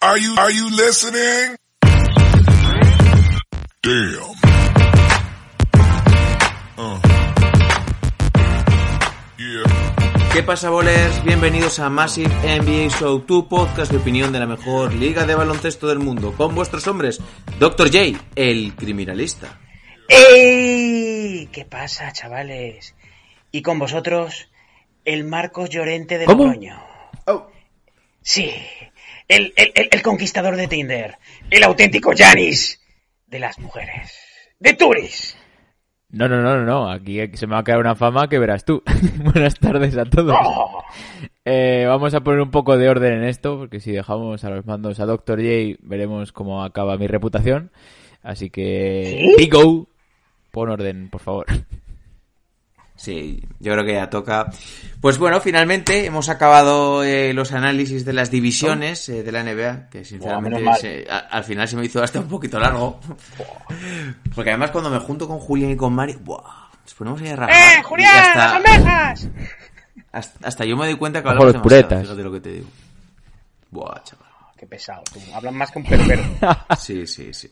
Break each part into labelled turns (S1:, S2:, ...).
S1: Are you, are you listening? Damn. Uh. Yeah.
S2: ¿Qué pasa, bolers? Bienvenidos a Massive NBA Show, tu podcast de opinión de la mejor liga de baloncesto del mundo. Con vuestros hombres, Dr. J, el criminalista.
S3: ¡Ey! ¿Qué pasa, chavales? Y con vosotros, el Marcos Llorente de
S4: ¿Cómo?
S3: Logroño. Sí, el, el- el- el conquistador de Tinder, el auténtico Janis de las mujeres, de Turis.
S4: No, no, no, no, no. Aquí, aquí se me va a caer una fama que verás tú. Buenas tardes a todos.
S3: ¡Oh!
S4: Eh, vamos a poner un poco de orden en esto, porque si dejamos a los mandos a Dr. J, veremos cómo acaba mi reputación. Así que,
S3: ¿Sí?
S4: Digo, pon orden, por favor.
S2: Sí, yo creo que ya toca. Pues bueno, finalmente hemos acabado eh, los análisis de las divisiones eh, de la NBA, que sinceramente
S3: menos mal.
S2: se- a- al final se me hizo hasta un poquito largo. Porque además cuando me junto con Julián y con Mari, ¡buah! Nos ponemos ahí a rajar.
S3: ¡Eh,
S2: y
S3: Julián, las
S2: hasta,
S3: almejas!
S2: hasta, hasta yo me doy cuenta que
S4: Ojo,
S2: hablamos
S4: los
S2: demasiado,
S4: puretas.
S2: fíjate lo que te digo. Buah, chaval.
S3: Qué pesado, tú. Hablan más que un perbero.
S2: Sí, sí, sí.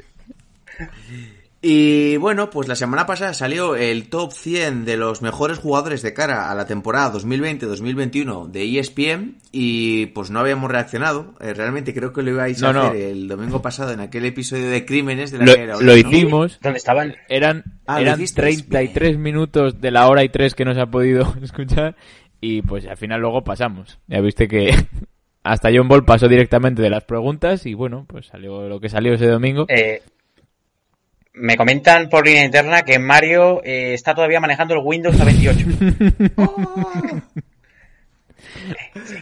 S2: Y bueno, pues la semana pasada salió el top 100 de los mejores jugadores de cara a la temporada 2020-2021 de E ESPN y pues no habíamos reaccionado. Eh, realmente creo que lo ibais a
S4: No, no.
S2: hacer el domingo pasado en aquel episodio de Crímenes de la que era
S4: Lo,
S2: ahora,
S4: lo
S2: ¿no?
S4: hicimos.
S3: ¿Dónde estaban?
S4: Eran,
S2: Ah, lo
S4: eran
S2: hicisteis.
S4: 33 minutos de la hora y tres que no se ha podido escuchar. Y pues al final luego pasamos. Ya viste que hasta John Ball pasó directamente de las preguntas. Y bueno, pues salió lo que salió ese domingo.
S3: Eh, me comentan por línea interna que Mario eh, está todavía manejando el Windows a 28.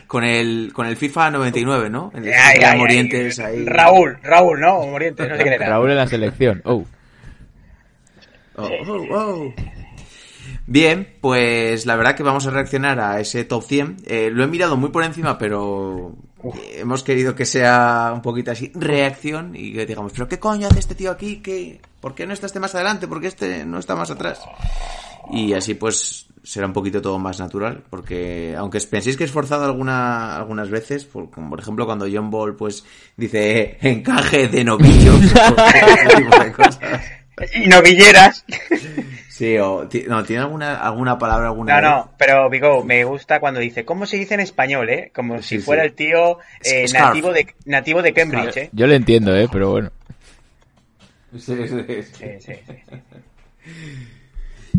S2: Con el, con el FIFA 99, ¿no? El de
S3: Ay, ay, ay.
S2: Morientes ahí.
S3: Raúl, Raúl, ¿no? Morientes, no sé quién era.
S4: Raúl en la selección. Oh.
S2: Oh, oh, oh. Bien, pues la verdad que vamos a reaccionar a ese top 100. Eh, lo he mirado muy por encima, pero hemos querido que sea un poquito así reacción y que digamos, pero ¿qué coño hace este tío aquí? ¿Qué, ¿Por qué no está este más adelante? ¿Por qué este no está más atrás? Y así pues será un poquito todo más natural, porque aunque os penséis que es forzado alguna, algunas veces, por, como por ejemplo cuando John Ball pues dice encaje de novillos o ese tipo de cosas.
S3: Y novilleras.
S2: Sí, o ti- no, tiene alguna alguna palabra alguna
S3: No, no, pero Vigo, me gusta cuando dice, ¿cómo se dice en español, eh? Como si
S2: Sí,
S3: fuera
S2: sí.
S3: el tío eh,
S2: Scarf.
S3: nativo, de, nativo de Cambridge, eh.
S4: Yo le entiendo, ¿eh? Pero bueno.
S2: vez. Sí, sí, sí.
S3: Sí, sí, sí.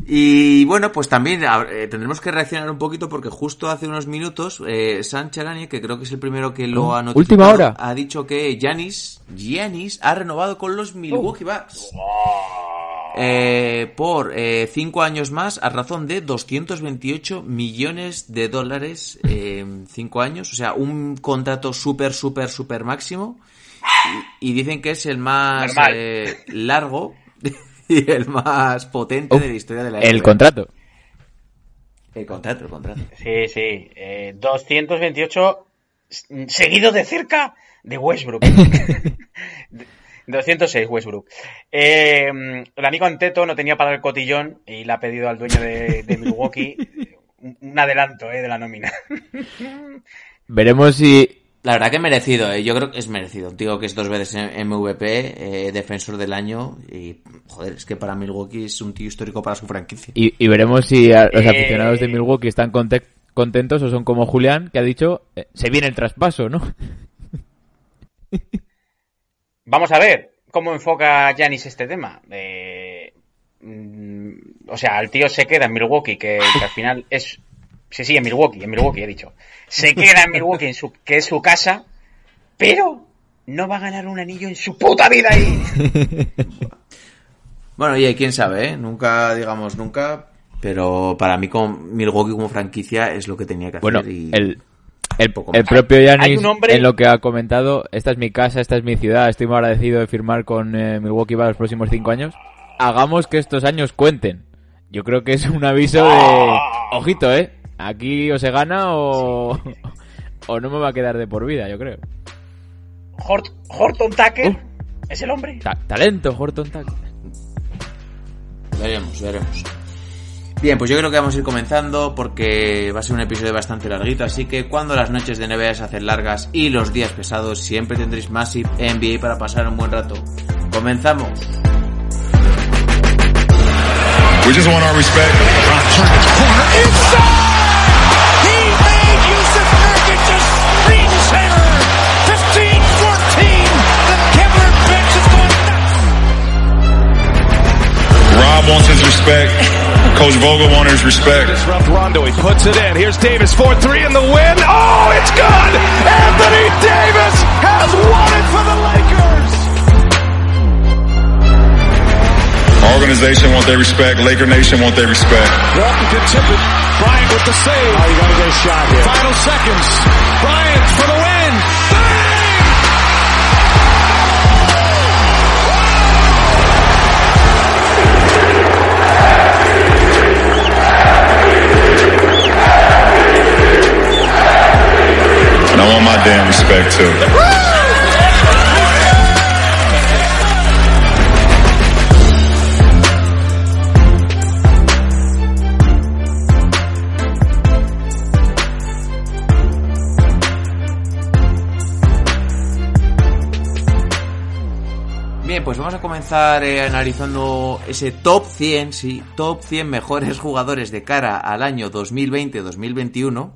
S2: Y bueno, pues también a- eh, tendremos que reaccionar un poquito porque justo hace unos minutos eh, San Charani, que creo que es el primero que lo
S4: Oh,
S2: ha notificado,
S4: última hora.
S2: ha dicho que Giannis, Giannis ha renovado con los Milwaukee Bucks eh, por 5 años más a razón de 228 millones de dólares en 5 años, o sea, un contrato súper, súper, súper máximo. y dicen que es el más
S3: Normal.
S2: eh, largo y el más potente
S4: Oh,
S2: de la historia de la
S4: El
S2: NBA.
S4: contrato.
S2: eh. el contrato, el contrato.
S3: Sí, sí. Eh, 228 s- seguido de cerca de Westbrook. 206 Westbrook. Eh, el amigo Anteto no tenía para el cotillón y le ha pedido al dueño de, de Milwaukee un, un adelanto eh, de la nómina.
S4: Veremos si.
S2: La verdad que merecido, ¿eh? yo creo que es merecido. Digo que es dos veces en- MVP, eh, defensor del año y joder, es que para Milwaukee es un tío histórico para su franquicia.
S4: Y, y veremos si a- los
S3: Eh.
S4: aficionados de Milwaukee están conte- contentos o son como Julián, que ha dicho, eh, se viene el traspaso, ¿no?
S3: Vamos a ver cómo enfoca Janis este tema. Eh, mm, o sea, el tío se queda en Milwaukee, que, que al final es. Sí, sí, en Milwaukee, en Milwaukee, he dicho. Se queda en Milwaukee, en su, que es su casa, pero no va a ganar un anillo en su puta vida ahí.
S2: Bueno, y quién sabe, ¿eh? nunca digamos nunca, pero para mí con Milwaukee como franquicia es lo que tenía que hacer.
S4: Bueno,
S2: y-
S4: el, el,
S2: poco
S4: el
S2: más.
S4: propio
S3: Hay
S4: Yanis,
S3: un hombre-
S4: en lo que ha comentado, esta es mi casa, esta es mi ciudad, estoy muy agradecido de firmar con eh, Milwaukee para los próximos cinco años. Hagamos que estos años cuenten. Yo creo que es un aviso de... Ojito, ¿eh? Aquí o se gana o... o no me va a quedar de por vida, yo creo.
S3: Hort- Horton Tucker
S4: Uh.
S3: es el hombre.
S4: Ta- talento, Horton Tucker.
S2: Veremos, veremos. Bien, pues yo creo que vamos a ir comenzando porque va a ser un episodio bastante larguito, así que cuando las noches de NBA se hacen largas y los días pesados, siempre tendréis Massive NBA para pasar un buen rato. ¡Comenzamos!
S1: We just want our respect. Brown turned his corner.
S5: He made Yusuf Nurkic a screen saver. 15-14. The Kevlar bench is going nuts.
S1: Rob wants his respect. Coach Vogel wants his respect.
S6: Disrupt Rondo. He puts it in. Here's Davis. 4-3 in the win. Oh, it's good. Anthony Davis has won it for the Lakers.
S1: Our organization want their respect. Laker Nation want their respect.
S6: Walton can tip it. Bryant with the save. Oh, you got to get a shot here. Final seconds. Bryant for the win. Bang!
S1: And I want my damn respect too.
S2: Bien, pues vamos a comenzar eh, analizando ese top 100, sí, top 100 mejores jugadores de cara al año 2020-2021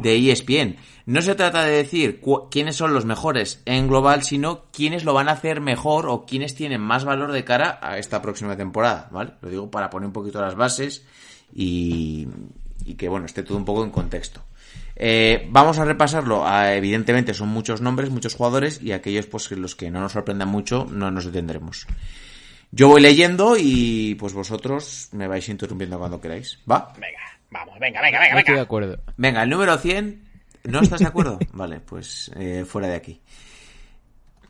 S2: de E ESPN. No se trata de decir cu- quiénes son los mejores en global, sino quiénes lo van a hacer mejor o quiénes tienen más valor de cara a esta próxima temporada, ¿vale? Lo digo para poner un poquito las bases y, y que, bueno, esté todo un poco en contexto. Eh, vamos a repasarlo. Ah, evidentemente son muchos nombres, muchos jugadores y aquellos pues que los que no nos sorprendan mucho no nos detendremos. Yo voy leyendo y pues vosotros me vais interrumpiendo cuando queráis. ¿Va?
S3: Venga, vamos, venga, venga, venga,
S4: No estoy de
S3: venga.
S4: acuerdo.
S2: Venga, el número 100. ¿No estás de acuerdo? vale, pues eh, fuera de aquí.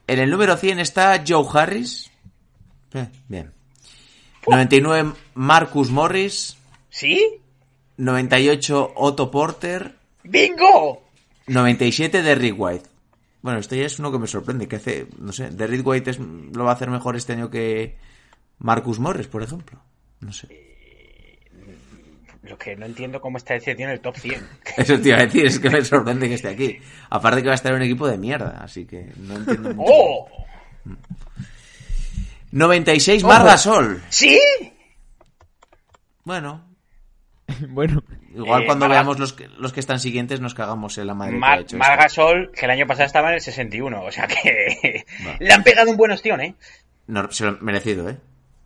S2: En el número 100 está Joe Harris. Eh, bien. 99 Marcus Morris.
S3: ¿Sí?
S2: 98 Otto Porter.
S3: ¡Bingo!
S2: 97 Derrick White. Bueno, este ya es uno que me sorprende, que hace, no sé, Derrick White es- lo va a hacer mejor este año que Marcus Morris, por ejemplo. No sé.
S3: Lo que no entiendo cómo está este tiene el top 100.
S2: Eso te iba a decir, es que me sorprende que esté aquí. Aparte que va a estar en un equipo de mierda, así que no entiendo mucho.
S3: ¡Oh!
S2: 96 Marga Sol.
S3: ¿Sí?
S2: Bueno,
S4: Bueno,
S2: igual
S3: Eh,
S2: cuando
S3: Marga-
S2: veamos los que, los que están siguientes nos cagamos en la madre. Ah, que ha
S3: Mar
S2: hecho esto.
S3: Margasol, que el año pasado estaba en el 61, o sea que le han pegado un buen ostión, ¿eh?
S2: No, se lo han merecido, ¿eh?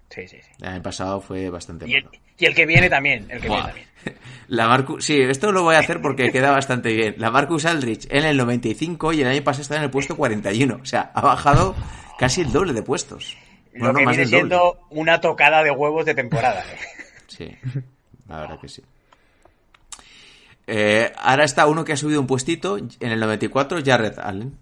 S3: Sí, sí, sí.
S2: El año pasado fue bastante
S3: Y el,
S2: malo.
S3: y el que viene también, el que
S2: Buah.
S3: viene también.
S2: La Marcus, sí, esto lo voy a hacer porque queda bastante bien. La Marcus Aldrich en el 95 y el año pasado estaba en el puesto 41. O sea, ha bajado casi el doble de puestos.
S3: Lo que viene
S2: del doble.
S3: siendo una tocada de huevos de temporada. ¿eh?
S2: Sí, la verdad que sí. Eh, ahora está uno que ha subido un puestito en el 94, Jared Allen.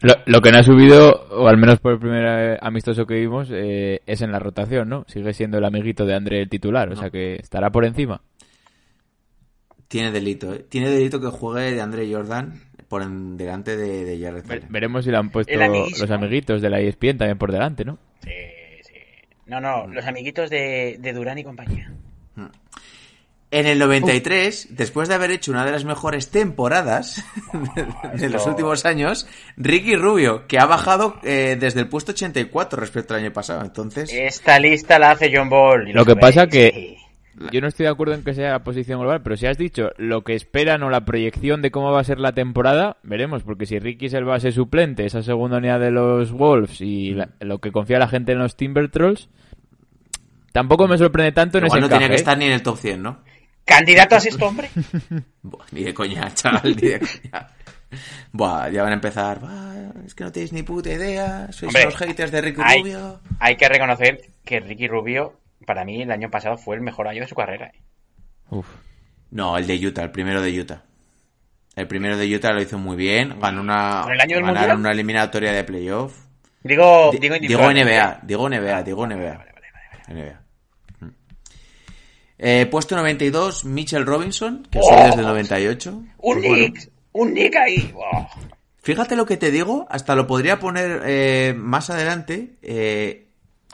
S4: lo, lo que no ha subido, o al menos por el primer eh, amistoso que vimos, eh, es en la rotación, ¿no? Sigue siendo el amiguito de André el titular, o sea que estará por encima.
S2: Tiene delito, ¿eh? Tiene delito que juegue de Andre Jordan por en- delante de, de Jared
S4: Ve-
S2: Allen.
S4: Veremos si le han puesto
S3: El amiguismo.
S4: los amiguitos de la E ESPN también por delante, ¿no?
S3: Sí, sí. No, no, los amiguitos de, de Durán y compañía.
S2: En el 93, después de haber hecho una de las mejores temporadas de, de los
S3: esto-
S2: últimos años, Ricky Rubio, que ha bajado eh, desde el puesto 84 respecto al año pasado. Entonces,
S3: Esta lista la hace John Ball. y
S4: Lo que
S3: sabéis,
S4: pasa que-
S3: sí.
S4: Yo no estoy de acuerdo en que sea posición global, pero si has dicho lo que esperan o la proyección de cómo va a ser la temporada, veremos, porque si Ricky es el base suplente, esa segunda unidad de los Wolves y
S2: Mm.
S4: la- lo que confía la gente en los Timber Trolls, tampoco me sorprende tanto en
S2: igual
S4: ese
S2: no tenía
S4: encaje,
S2: que
S4: ¿eh?
S2: estar ni en el top 100, ¿no?
S3: ¿Candidato a sexto hombre?
S2: Buah, ni de coña, chaval, ni de coña. Buah, ya van a empezar. "Buah, es que no tenéis ni puta idea. Sois
S3: Hombre,
S2: unos haters de Ricky
S3: hay,
S2: Rubio.
S3: hay que reconocer que Ricky Rubio, para mí, el año pasado fue el mejor año de su carrera. ¿eh?
S4: Uf.
S2: No, el de Utah, el primero de Utah. El primero de Utah lo hizo muy bien. Ganó una,
S3: ¿Con el año del
S2: ganaron
S3: Mundial?
S2: una eliminatoria de playoff.
S3: Digo,
S2: Di-
S3: digo,
S2: digo
S3: individual.
S2: NBA, digo
S3: Ah,
S2: NBA, digo NBA. NBA. Mm. Eh, puesto 92, Mitchell Robinson, que ha subido
S3: ¡Oh!
S2: desde el 98.
S3: Un
S2: Bueno,
S3: Nick, un Nick ahí. Wow.
S2: fíjate lo que te digo, hasta lo podría poner eh, más adelante. eh,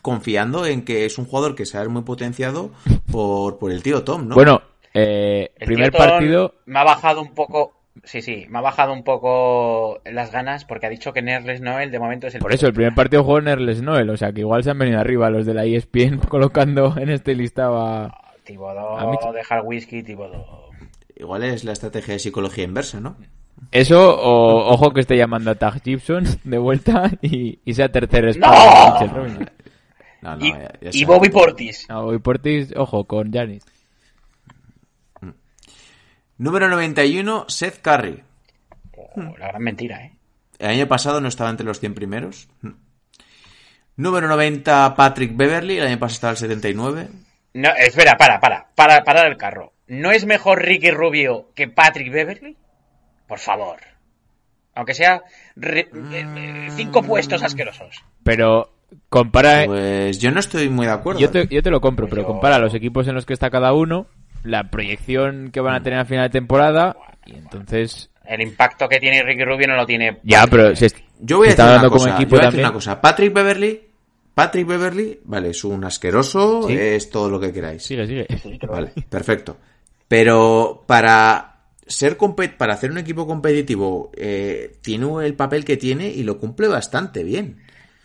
S2: confiando en que es un jugador que se va a ver muy potenciado por, por el tío Tom, ¿no?
S4: Bueno, eh,
S3: El
S4: primer
S3: Tilton
S4: partido.
S3: Me ha bajado un poco. Sí, sí, me ha bajado un poco las ganas porque ha dicho que Nerles Noel de momento es el.
S4: Por eso, el primer partido jugó Nerles Noel. O sea, que igual se han venido arriba los de la E ESPN colocando en este listado a. A mí-
S3: Tibodó, dejar whisky, Tibodó.
S2: Igual es la estrategia de psicología inversa, ¿no?
S4: Eso, o ojo que esté llamando a Tag Gibson de vuelta y, y sea tercer espada
S3: ¡No!
S4: de Mitchell Robinson. Ah,
S2: No, no,
S3: Y,
S2: ya- ya
S3: y
S2: sabes.
S3: Bobby Portis.
S4: No, Bobby Portis, ojo, con Janis.
S2: Número 91, Seth Curry.
S3: Oh, la gran mentira, ¿eh?
S2: El año pasado no estaba entre los 100 primeros. Número 90, Patrick Beverly. El año pasado estaba el 79.
S3: No, espera, para, para, para, parar el carro. ¿No es mejor Ricky Rubio que Patrick Beverly? Por favor. Aunque sea re- eh, eh,
S4: Mm.
S3: cinco puestos asquerosos.
S4: Pero compara.
S2: Pues yo no estoy muy de acuerdo.
S4: Eh, Yo te, yo te lo compro, pero
S3: Yo-
S4: compara los equipos en los que está cada uno, la proyección que van a tener a final de temporada, y entonces.
S3: El impacto que tiene Ricky Rubio no lo tiene.
S4: Ya, pero se,
S2: Yo voy a
S4: se
S2: decir,
S4: está
S2: una
S4: dando
S2: cosa,
S4: como
S2: yo
S4: equipo
S2: voy a decir
S4: también.
S2: una cosa. Patrick Beverly, Patrick Beverly, vale, es un asqueroso,
S4: Sí.
S2: es todo lo que queráis.
S4: Sigue, sigue.
S2: Vale, perfecto. Pero para ser compe- para hacer un equipo competitivo, eh, tiene el papel que tiene y lo cumple bastante bien.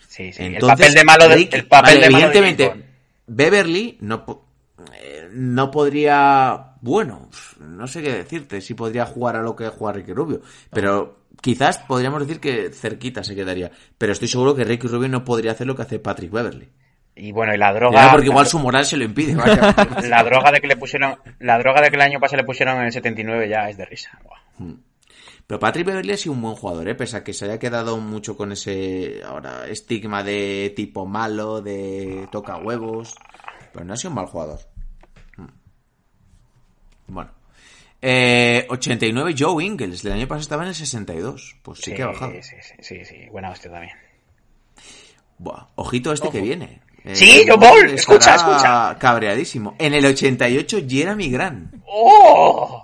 S3: Sí, sí, el
S2: Entonces,
S3: papel de malo de,
S2: Ricky-
S3: el papel
S2: vale,
S3: de malo de
S2: evidentemente,
S3: Lincoln.
S2: Beverly no, po- eh, no podría. Bueno, no sé qué decirte, si podría jugar a lo que juega Ricky Rubio. Pero quizás podríamos decir que cerquita se quedaría. Pero estoy seguro que Ricky Rubio no podría hacer lo que hace Patrick Beverly.
S3: Y bueno, y la droga.
S2: Primero porque igual su moral se lo impide. vaya.
S3: La droga de que le pusieron, la droga de que el año pasado le pusieron en el 79 ya es de risa. Buah.
S2: Pero Patrick Beverly ha sido un buen jugador, ¿eh? pese a que se haya quedado mucho con ese ahora estigma de tipo malo, de toca huevos. Pero no ha sido un mal jugador. Mm. Bueno. Eh, 89 Joe Ingles, del año pasado estaba en el 62. Pues sí, que ha bajado.
S3: Sí, sí, sí, sí, buena hostia también.
S2: Buah, ojito a este que viene. Eh,
S3: Sí, John
S2: Ball
S3: Ball, escucha,
S2: estará
S3: escucha.
S2: Cabreadísimo. En el 88 Jeremy Grant.
S3: ¡Oh!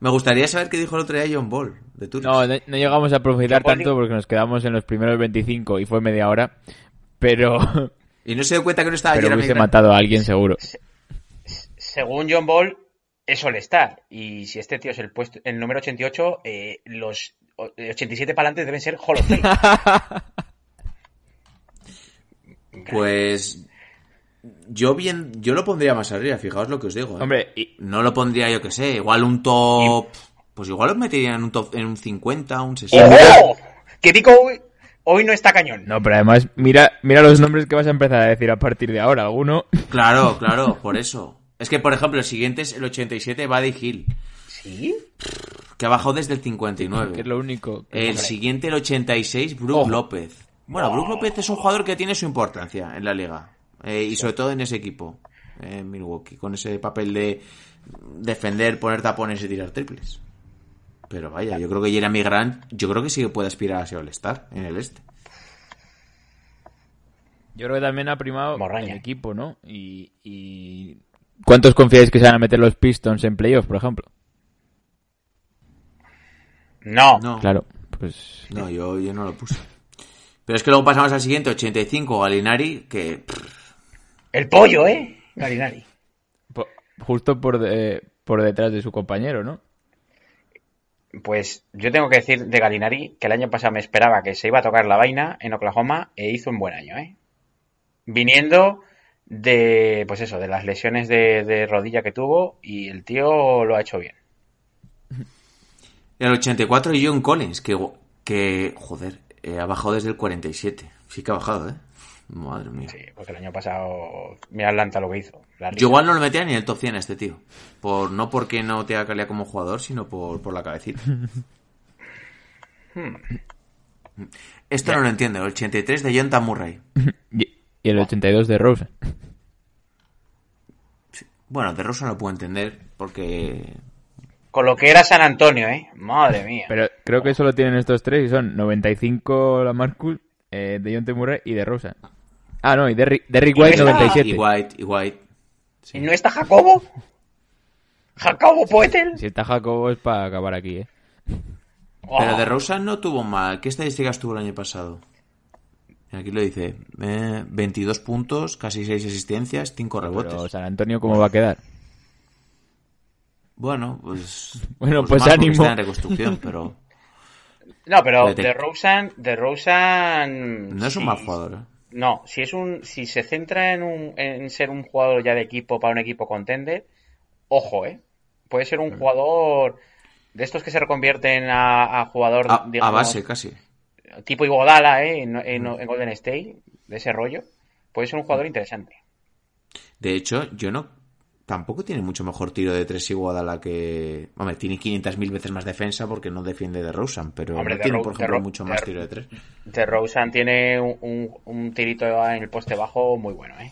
S2: Me gustaría saber qué dijo el otro día John Ball de Turis.
S4: No, no, no llegamos a profundizar
S3: Yo por
S4: tanto porque nos quedamos en los primeros 25 y fue media hora. Pero,
S2: Y no se dio cuenta que no estaba
S4: pero
S2: Jeremy
S4: hubiese
S2: Grant.
S4: matado a alguien seguro.
S3: Según John Ball, es All-Star. Y si este tío es el puesto, el número 88, eh, los o- eh, 87 para adelante deben ser Hall of Fame.
S2: Pues yo bien, yo lo pondría más arriba, fijaos lo que os digo. ¿eh?
S4: Hombre, y-
S2: no lo pondría yo que sé, igual un top, pues igual lo metería en un top en un 50, un 60.
S3: ¡Oh! Que Dico hoy, hoy no está cañón.
S4: no, pero además, mira, mira los nombres que vas a empezar a decir a partir de ahora. Alguno,
S2: Claro, claro, por eso. Es que por ejemplo, el siguiente es el 87 Buddy Hill,
S3: ¿Sí?
S2: que ha bajado desde el
S4: que es
S2: 59.
S4: lo único. que-
S2: El siguiente el 86 Brook
S4: Ojo.
S2: López. Bueno, Brook López es un jugador que tiene su importancia en la liga eh, y sobre todo en ese equipo, en Milwaukee, con ese papel de defender, poner tapones y tirar triples. Pero vaya, yo creo que Jeremy Grant, yo creo que sí que puede aspirar a ser All-Star en el este.
S4: Yo creo que también ha primado
S3: Morraña.
S4: el equipo, ¿no? Y, y- ¿Cuántos confiáis que se van a meter los Pistons en playoffs, por ejemplo?
S3: No.
S2: No,
S4: Oh, Claro, pues...
S2: no yo, yo no lo puse. Pero es que luego pasamos al siguiente, 85, Galinari, que pff,
S3: El pollo, ¿eh? Galinari.
S4: po- justo por, de- por detrás de su compañero, ¿no?
S3: Pues yo tengo que decir de Galinari que el año pasado me esperaba que se iba a tocar la vaina en Oklahoma e hizo un buen año, ¿eh? Viniendo de, pues eso, de las lesiones de, de rodilla que tuvo y el tío lo ha hecho bien.
S2: el 84 John Collins, que, que joder, eh, ha bajado desde el 47. Sí que ha bajado, ¿eh? Madre mía.
S3: Sí, porque el año pasado, mira Atlanta lo que hizo. la
S2: Yo
S3: risa.
S2: igual no lo metía ni en el top 100 a este tío. Por, no porque no tenga calidad como jugador, sino por, por la cabecita. Esto no lo entiendo. El 83 de Jonathan Murray.
S4: Y, y el 82 de Rose.
S2: Bueno, de Rosa no lo puedo entender porque...
S3: Con lo que era San Antonio, ¿eh? Madre mía.
S4: Pero creo que solo tienen estos tres y son 95 la Marcus, eh, de John Murray y de Rosa. Ah, no, y Derrick Derrick
S3: Y
S4: White
S3: Rosa.
S2: Y
S4: 97.
S2: White, y White.
S3: ¿Y no está Jacobo? ¿Jacobo Poetel?
S4: Si está Jacobo es para acabar aquí, ¿eh?
S3: Oh,
S2: Pero de Rosa no tuvo mal. ¿Qué estadísticas tuvo el año pasado? Aquí lo dice. eh, 22 puntos, casi 6 asistencias, 5 rebotes.
S4: Pero San Antonio, ¿cómo va a quedar?
S2: Bueno, pues.
S4: Bueno, pues
S2: mal porque
S4: ánimo.
S2: está en reconstrucción, pero.
S3: No, pero
S2: Vete.
S3: de Rosen, de Rosen
S2: No es un mal jugador. ¿eh?
S3: No, si es un, si se centra en un, en ser un jugador ya de equipo para un equipo contender, ojo, eh. Puede ser un jugador de estos que se reconvierten a, a jugador
S2: A, a
S3: Pues, digamos,
S2: base, casi.
S3: tipo Iguodala, eh, en, en- en Golden State, de ese rollo. Puede ser un jugador interesante.
S2: De hecho, yo no. Tampoco tiene mucho mejor tiro de tres Iguadala que. Hombre, tiene 500.000 veces más defensa porque no defiende de Rosen, pero
S3: Hombre,
S2: no tiene,
S3: DeRozan-
S2: por ejemplo,
S3: DeRozan-
S2: mucho más
S3: DeRozan-
S2: tiro de tres.
S3: De Rosen tiene un, un- un tirito en el poste bajo muy bueno, eh.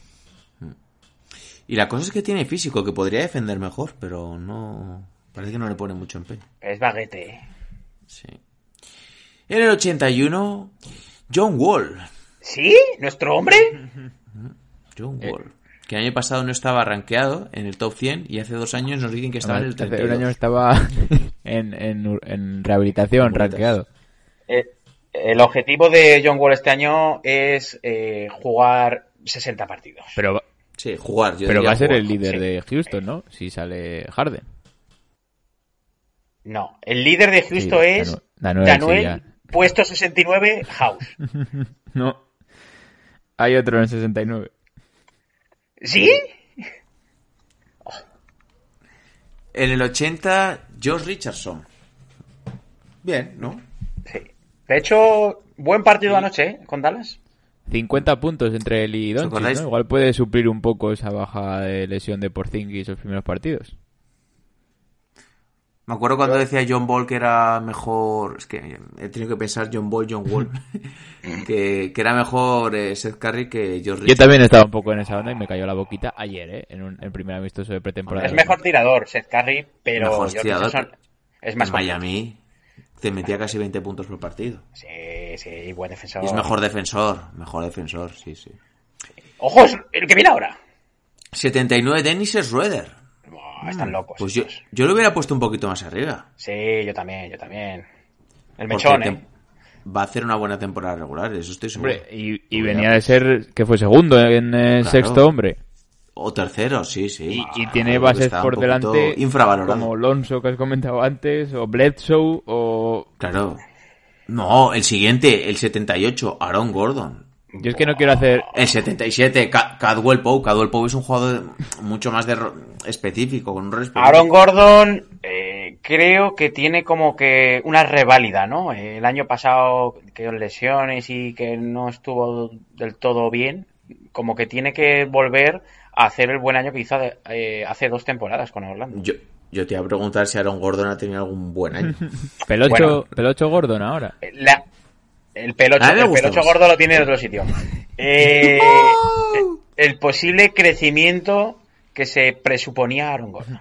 S2: Y la cosa es que tiene físico, que podría defender mejor, pero no. Parece que no le pone mucho empeño.
S3: Es baguete, eh.
S2: Sí. En el 81, John Wall.
S3: ¿Sí? ¿Nuestro hombre?
S2: John Wall. Que el año pasado no estaba rankeado en el top 100 y hace dos años nos dicen que estaba en el
S4: Hace un
S2: 32.
S4: año estaba en, en- en rehabilitación,
S2: Bonitas.
S4: rankeado.
S3: Eh, el objetivo de John Wall este año es eh, jugar 60 partidos.
S4: Pero,
S2: Sí, jugar. Yo
S4: pero
S2: diría
S4: va a ser
S2: jugar.
S4: el líder
S3: sí.
S4: de Houston, ¿no? Si sale Harden.
S3: No, el líder de Houston
S4: Sí,
S3: es
S4: Danu- Danuel, sí,
S3: Danuel,
S4: ya.
S3: puesto 69, House.
S4: No. Hay otro en 69.
S3: ¿Sí?
S2: En el 80, Josh Richardson. Bien, ¿no?
S3: Sí. De hecho, buen partido anoche ¿eh? con Dallas.
S4: 50 puntos entre él y
S2: ¿Os
S4: Doncic,
S2: acordáis?
S4: ¿no? Igual puede suplir un poco esa baja de lesión de Porzingis los primeros partidos.
S2: Me acuerdo cuando decía John Ball que era mejor. Es que he tenido que pensar John Ball, John Wall. que, que era mejor eh, Seth Curry que Josh
S4: Yo
S2: Richardson.
S4: también estaba un poco en esa onda y me cayó la boquita ayer, ¿eh? En un en primer amistoso de pretemporada.
S3: Es mejor tirador, Seth Curry, pero
S2: Mejor
S3: Jordan
S2: tirador,
S3: Henderson es
S2: En
S3: más
S2: Miami te metía casi 20 puntos por partido.
S3: completo. Sí, sí, buen defensor.
S2: Y es mejor defensor. Mejor defensor, sí, sí.
S3: ¡Ojo, es el que viene ahora!
S2: 79, Dennis Schroeder.
S3: Buah, están locos.
S2: Pues yo,
S3: estos.
S2: yo lo hubiera puesto un poquito más arriba.
S3: Sí, yo también, yo también.
S2: porque
S3: El mechón, ¿eh?
S2: tem- Va a hacer una buena temporada regular, eso estoy seguro.
S4: Hombre, y, y venía de ser que fue segundo en eh, sexto hombre.
S2: O tercero, sí, sí.
S4: Y, y tiene
S2: Creo que
S4: bases
S2: está un
S4: por
S2: poquito
S4: delante
S2: Infravalorado.
S4: como Alonso que has comentado antes, o Bledsoe, o...
S2: Claro. No, el siguiente, el 78, Aaron Gordon.
S4: Yo es que no quiero hacer...
S2: El 77, Ca- Cadwell Pope. Cadwell Pope es un jugador mucho más de ro- específico, con un rol específico.
S3: Aaron Gordon eh, creo que tiene como que una reválida, ¿no? Eh, El año pasado que con lesiones y que no estuvo del todo bien, como que tiene que volver a hacer el buen año que hizo eh, hace dos temporadas con Orlando.
S2: Yo, yo te iba a preguntar si Aaron Gordon ha tenido algún buen año.
S4: Pelocho,
S3: Bueno.
S4: Pelocho Gordon ahora.
S3: Eh, la- el pelocho,
S2: A mí me
S3: el
S2: gusta
S3: pelocho
S2: más.
S3: gordo lo tiene en otro sitio. Eh, el posible crecimiento que se presuponía Aaron Gordon.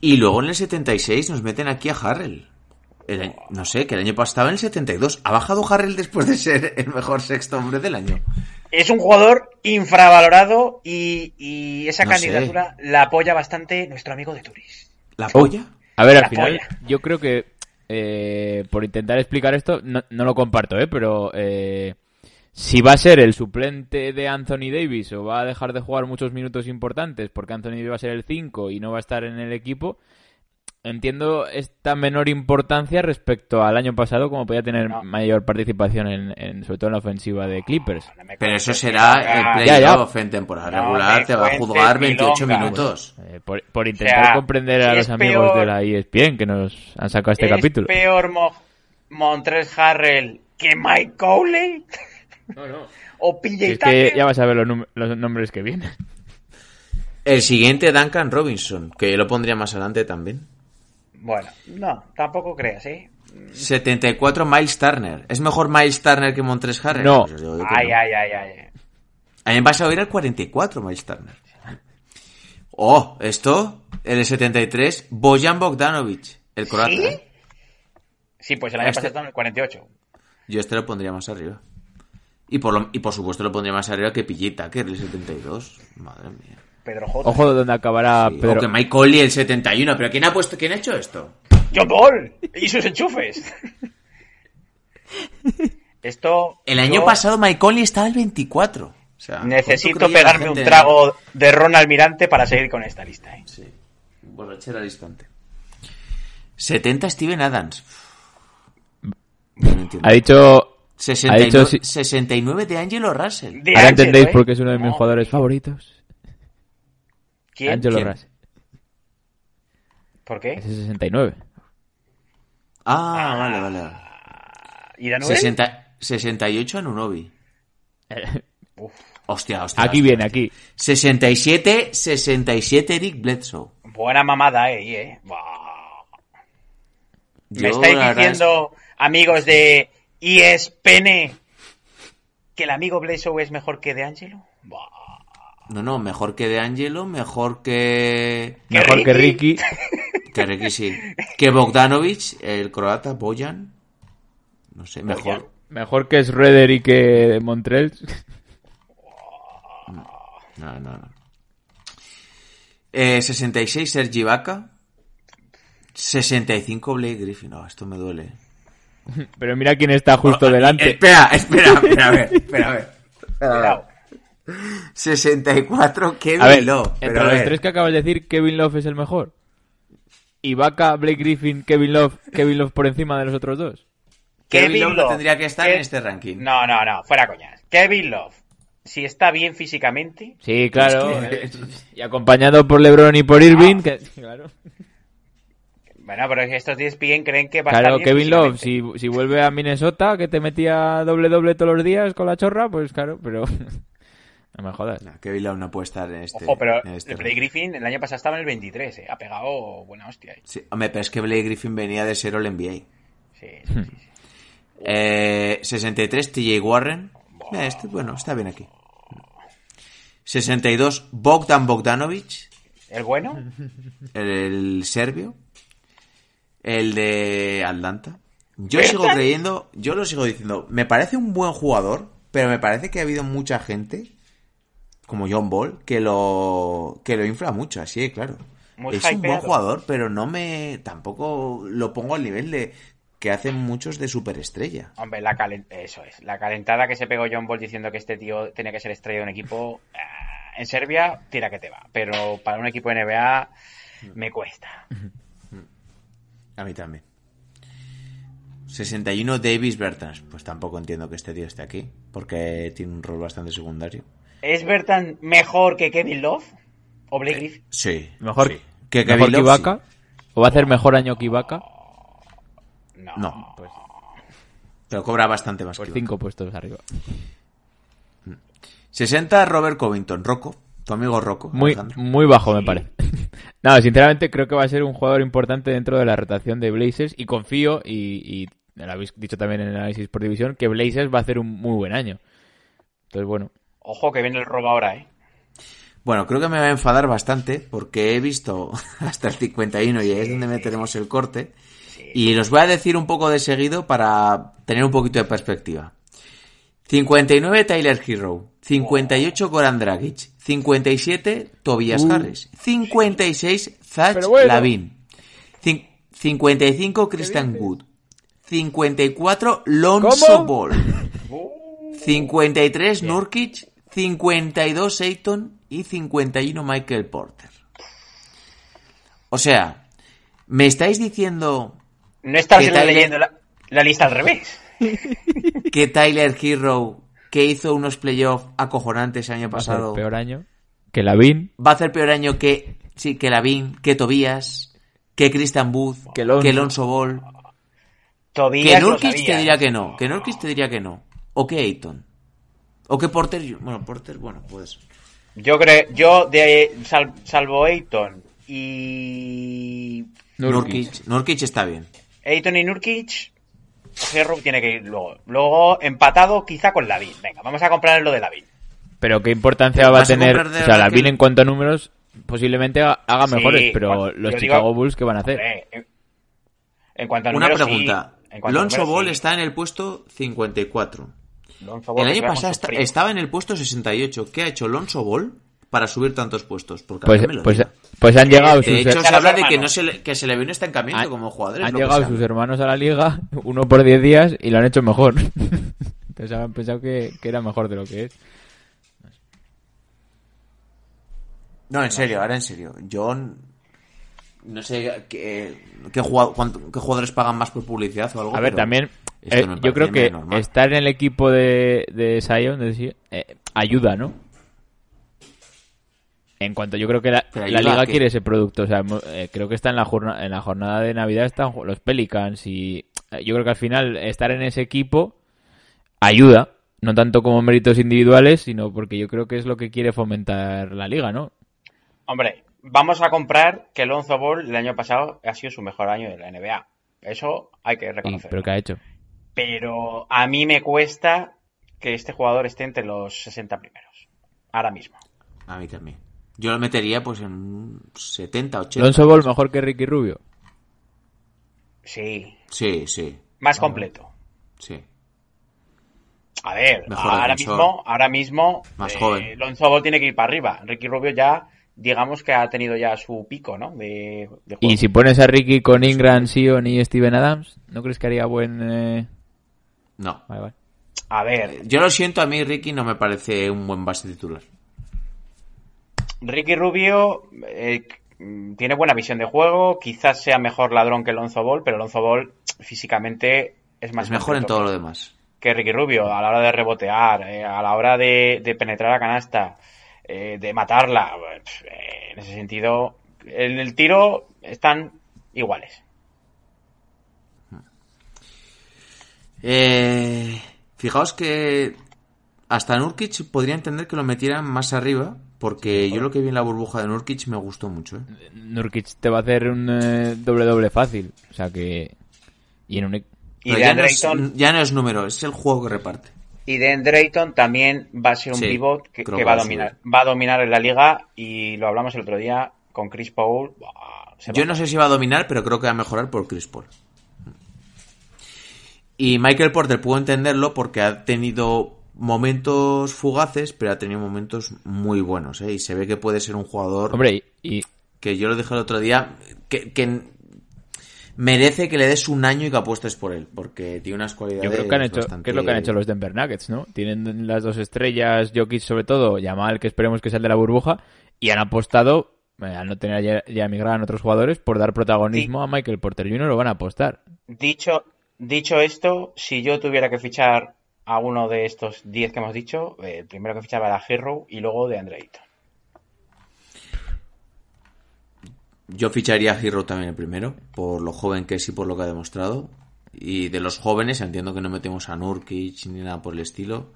S2: Y luego en el 76 nos meten aquí a Harrell. El año- no sé, que el año pasado estaba en el 72. Ha bajado Harrell después de ser el mejor sexto hombre del año.
S3: Es un jugador infravalorado y, y esa
S2: No
S3: candidatura la apoya bastante nuestro amigo de Turis.
S2: ¿La polla?
S4: A ver, al
S3: La
S4: final,
S3: polla.
S4: yo creo que eh, por intentar explicar esto, no, no lo comparto, ¿eh? Pero eh, si va a ser el suplente de Anthony Davis o va a dejar de jugar muchos minutos importantes porque Anthony Davis va a ser el 5 y no va a estar en el equipo, entiendo esta menor importancia respecto al año pasado como podía tener
S3: No.
S4: mayor participación, en, en- sobre todo en la ofensiva de Clippers.
S3: No me
S2: Pero eso
S3: cuentes
S2: será
S3: milongas.
S2: el
S4: Ya, ya.
S2: playoff en temporada
S3: No
S2: regular.
S3: me
S2: Te va a
S3: cuentes
S2: jugar 28
S3: milongas.
S2: minutos.
S4: Eh, por, por intentar
S3: sea,
S4: comprender a
S3: si
S4: los
S3: es
S4: amigos
S3: peor-
S4: de la E ESPN que nos han sacado este
S3: ¿Es
S4: capítulo.
S3: peor Mo Montrez Harrell que Mike Cowley? ¿O PJ
S4: Es que
S3: Tucker?
S4: ya vas a ver los, num- los nombres que vienen.
S2: El siguiente, Duncan Robinson, que yo lo pondría más adelante también.
S3: Bueno, no, tampoco creas, ¿eh?
S2: 74, Miles Turner. ¿Es mejor Miles Turner que Montres Harrell?
S4: No.
S2: Pues os digo yo que
S3: Ay,
S2: no.
S3: ay, ay, ay.
S2: A mí me pasa a oír el 44, Miles Turner. Oh, esto, el 73, Bojan Bogdanovic, el croata.
S3: ¿Sí?
S2: ¿eh?
S3: Sí, pues el año
S2: Este-
S3: pasado en el 48.
S2: Yo este lo pondría más arriba. Y por, lo- y por supuesto lo pondría más arriba que Pillita, que el 72. Madre mía.
S3: Pedro J.
S4: Ojo donde acabará
S2: Sí, O
S4: Pedro.
S2: que Mike Conley el 71. ¿Pero quién ha puesto, quién ha hecho esto?
S3: John Ball y sus enchufes. Esto.
S2: El año
S3: yo
S2: pasado Mike Conley estaba el 24. O sea,
S3: Necesito
S2: ¿cuánto creía la pues
S3: pegarme
S2: gente
S3: un
S2: en-
S3: trago de Ron Almirante para seguir con esta lista. ¿eh?
S2: Sí. Borrachera al instante. 70 Steven Adams. No entiendo.
S4: Ha dicho.
S2: 69,
S4: ha dicho si-
S2: 69 de Angelo Russell.
S3: De
S4: Ahora
S3: Ángelo,
S4: entendéis
S3: ¿eh?
S4: por qué es uno de mis
S3: No,
S4: jugadores favoritos.
S3: ¿quién?
S4: Angelo
S2: ¿Quién?
S4: Russell.
S3: ¿Por qué?
S4: Ese 69.
S2: Ah, vale, vale. vale.
S3: ¿Y Danube?
S2: 60, 68 Anunobi. Hostia, hostia.
S4: Aquí
S2: hostia.
S4: viene, aquí.
S2: 67, 67 Eric Bledsoe.
S3: Buena mamada, eh. y, eh. Buah.
S2: Yo,
S3: Me estáis
S2: la verdad,
S3: diciendo, amigos de E ESPN, que el amigo Bledsoe es mejor que De Angelo.
S2: es- No, no, mejor que de Angelo, mejor que.
S3: ¿Que
S4: Mejor que
S3: Ricky?
S4: Ricky.
S2: Que Ricky, sí. Que Bogdanovic, el croata, Boyan. No sé, mejor.
S4: Mejor que Schroeder y que Montrell.
S2: No, no, no. Eh, 66 Sergi Vaca. 65 Blake Griffin. No, esto me duele.
S4: Pero mira quién está justo delante.
S2: Espera, espera, espera, a ver, espera, a ver.
S3: Cuidado.
S2: 64 Kevin
S4: A ver,
S2: Love.
S4: entre
S2: a
S4: los
S2: ver.
S4: tres que acabas de decir, Kevin Love es el mejor. Ibaka, Blake Griffin, Kevin Love, Kevin Love por encima de los otros dos.
S2: Kevin Love no tendría que estar en este ranking.
S3: No, no, no, fuera coñas. Kevin Love, si está bien físicamente,
S4: Sí, claro. Y acompañado por LeBron y
S2: Ah.
S4: por Irving. que- claro,
S3: bueno, pero es que estos 10 bien creen que va a
S4: Claro,
S3: estar bien
S4: Kevin Love,
S3: físicamente.
S4: si, si vuelve a Minnesota, que te metía doble doble todos los días con la chorra, pues claro, pero... No me jodas.
S2: No, Kevin Love no puede estar en este.
S3: Ojo, pero
S2: en este
S3: el Blake
S2: ranking.
S3: Griffin el año pasado estaba en el 23, eh. Ha pegado buena hostia, eh.
S2: Sí, hombre, pero es que Blake Griffin venía de ser All-NBA.
S3: Sí, sí,
S2: Hmm.
S3: sí, sí.
S2: Eh, 63 TJ Warren. Eh, este, bueno, está bien aquí. 62 Bogdan Bogdanovic,
S3: ¿El bueno?
S2: el, el serbio. El de Atlanta. Yo sigo creyendo, yo lo sigo diciendo, me parece un buen jugador, pero me parece que ha habido mucha gente, como John Ball, que lo, que lo infla mucho, así de claro.
S3: Muy
S2: es un buen
S3: hypeado.
S2: jugador, pero no me, tampoco lo pongo al nivel de que hacen muchos de superestrella.
S3: Hombre, la calen- eso es. La calentada que se pegó John Ball diciendo que este tío tenía que ser estrella de un equipo ah, en Serbia, tira que te va. Pero para un equipo NBA
S2: Hmm.
S3: me cuesta.
S2: A mí también. 61 Davis Bertans. Pues tampoco entiendo que este tío esté aquí, porque tiene un rol bastante secundario.
S3: ¿Es Bertan mejor que Kevin Love o Blake Griffin?
S2: Sí.
S4: Mejor,
S2: sí. que
S4: mejor
S2: Kevin
S4: que
S2: Love,
S4: Ibaka. ¿O va a hacer mejor año que Ibaka?
S3: No.
S2: sí. No. Pero cobra bastante más
S4: Pues
S2: que Ibaka.
S4: cinco puestos arriba.
S2: 60 Robert Covington. Rocco. Tu amigo Rocco.
S4: Muy,
S2: Alejandro.
S4: muy bajo, me parece. no, sinceramente creo que va a ser un jugador importante dentro de la rotación de Blazers y confío, y, y lo habéis dicho también en el análisis por división, que Blazers va a hacer un muy buen año. Entonces, bueno,
S3: Ojo que viene el robo ahora, ¿eh?
S2: Bueno, creo que me va a enfadar bastante porque he visto hasta el 51 y ahí es donde meteremos el corte. Y los voy a decir un poco de seguido para tener un poquito de perspectiva. 59 Tyler Hero, 58 Goran Dragic, 57 Tobias Harris, 56 Zach
S4: Uh. Pero bueno.
S2: Lavin, cin- 55 Christian Wood, 54 Lonzo
S4: ¿Cómo?
S2: Ball. 53 Nurkic, 52 Ayton y 51 Michael Porter. O sea, me estáis diciendo
S3: No estás
S2: ¿Qué tal,
S3: leyendo la, la lista al revés.
S2: que Tyler Hero, que hizo unos playoffs acojonantes el año
S4: va a ser
S2: pasado,
S4: peor año que Lavin,
S2: va a hacer peor año que sí, que Lavin, que Tobías, que Christian Booth,
S4: Que Lonzo.
S2: que Lonzo Ball, que
S3: Todavía lo
S2: Nurkic
S3: sabía. eh.
S2: te diría que no, que Nurkic te diría que no, o que Ayton, o que Porter, bueno, Porter, bueno, pues
S3: Yo creo, yo de sal- salvo Ayton y
S4: Nurkic.
S2: Nurkic, Nurkic está bien.
S3: Eiton y Nurkic, Herro tiene que ir luego. Luego empatado quizá con Lavin. Venga, vamos a comprar lo de Lavin.
S2: Eh,
S4: Pero qué importancia
S2: Pero
S4: va a
S2: vas a
S4: tener.
S2: comprar de
S4: o sea,
S2: verdad
S4: Lavin
S2: que-
S4: en cuanto a números, posiblemente ha- haga
S3: Sí,
S4: mejores, pero
S3: bueno,
S4: los
S3: yo digo-
S4: Chicago Bulls, ¿qué van a hacer?
S3: Hombre, en- En cuanto a
S2: Una
S3: números,
S2: pregunta.
S3: sí. En cuanto a
S2: Lonzo
S3: números,
S2: Ball
S3: sí.
S2: está en el puesto 54.
S3: Lonzo Ball,
S2: El año
S3: que era
S2: pasado
S3: con sus
S2: esta-
S3: primos.
S2: estaba en el puesto 68. ¿Qué ha hecho Lonzo Ball para subir tantos puestos? Porque a
S4: Pues,
S2: mí me lo
S4: pues,
S2: diga.
S4: pues han llegado sus.
S2: de hecho, se
S3: Están
S2: habla
S3: los
S2: de que,
S3: hermanos.
S2: no se le, que se le ve un estancamiento
S4: han-
S2: como jugador. es
S4: han
S2: lo que
S4: llegado
S2: se
S4: sus
S2: habla.
S4: hermanos a la liga, uno por 10 días, y lo han hecho mejor. Entonces habrán pensado que, que era mejor de lo que es.
S2: No, en serio, ahora en serio. Yo n- no sé qué, qué jugado- cuánto- qué jugadores pagan más por publicidad o algo.
S4: A ver,
S2: Oh, pero
S4: también
S2: esto
S4: eh,
S2: me
S4: yo
S2: parece
S4: creo que
S2: menos normal.
S4: estar en el equipo de, de Zion es decir, eh, ayuda, ¿no? En cuanto yo creo que la,
S2: Pero
S4: la
S2: ayuda
S4: liga
S2: a qué?
S4: quiere ese producto, o sea, mo- eh, creo que está en la, jorna- en la jornada de Navidad están ju- los Pelicans y eh, yo creo que al final estar en ese equipo ayuda, no tanto como méritos individuales, sino porque yo creo que es lo que quiere fomentar la liga, ¿no?
S3: Hombre, vamos a comprar que Lonzo Ball el año pasado ha sido su mejor año de la NBA. Eso hay que
S4: Y-
S3: reconocerlo.
S4: pero que ha hecho.
S3: Pero a mí me cuesta que este jugador esté entre los 60 primeros. Ahora mismo.
S2: A mí también. Yo lo metería pues en un 70, 80.
S4: Lonzo Ball mejor que Ricky Rubio.
S3: Sí,
S2: Sí, sí,
S3: más completo.
S2: sí.
S3: A ver,
S2: Mejor
S3: ahora
S2: defensor.
S3: mismo, ahora mismo,
S2: Más
S3: eh,
S2: joven.
S3: Lonzo Ball tiene que ir para arriba. Ricky Rubio ya, digamos que ha tenido ya su pico, ¿no? De, de juego.
S4: Y si pones a Ricky con Ingram, Sion y Steven Adams, ¿no crees que haría buen...? eh?
S2: No.
S4: Vale, vale.
S3: A ver,
S2: Yo lo siento, a mí Ricky no me parece un buen base titular.
S3: Ricky Rubio eh, mm, tiene buena visión de juego, quizás sea mejor ladrón que Lonzo Ball, pero Lonzo Ball físicamente es más
S2: es mejor en
S3: completo
S2: todo lo demás.
S3: que Ricky Rubio a la hora de rebotear, eh, a la hora de, de penetrar a canasta, eh, de matarla. Pff, eh, en ese sentido, en el tiro están iguales.
S2: Eh, fijaos que hasta Nurkic podría entender que lo metieran más arriba, porque yo lo que vi en la burbuja de Nurkic me gustó mucho. ¿eh?
S4: Nurkic te va a hacer un doble-doble fácil. O sea que... Y en un...
S3: Y
S2: Pero
S3: de
S2: ya, no es,
S3: Drayton-
S2: ya no es número, es el juego que reparte.
S3: Y Dan Drayton también va a ser un
S2: Sí,
S3: pivot que,
S2: creo
S3: que
S2: que
S3: va a
S2: va a
S3: dominar. Va a dominar en la liga y lo hablamos el otro día con Chris Paul. Buah, se
S2: Yo
S3: va.
S2: no sé si va a dominar, pero creo que va a mejorar por Chris Paul. Y Michael Porter puedo entenderlo porque ha tenido momentos fugaces, pero ha tenido momentos muy buenos. ¿eh? Y se ve que puede ser un jugador
S4: Hombre, y, y
S2: que yo lo dije el otro día, que, que merece que le des un año y que apuestes por él, porque tiene unas cualidades.
S4: yo creo que han hecho...
S2: bastante-
S4: ¿Qué es lo que han hecho los Denver Nuggets, no? Tienen las dos estrellas, Jokic sobre todo, Yamal, que esperemos que sea el de la burbuja, y han apostado, eh, al no tener ya, ya migrar a otros jugadores, por dar protagonismo a Michael Porter Jr. lo van a apostar.
S3: Dicho, dicho esto, si yo tuviera que fichar a uno de estos 10 que hemos dicho, eh, el primero que fichaba era Hero y luego de Drayton.
S2: Yo ficharía a Hero también el primero, por lo joven que es y por lo que ha demostrado. Y de los jóvenes, entiendo que no metemos a Nurkic ni nada por el estilo.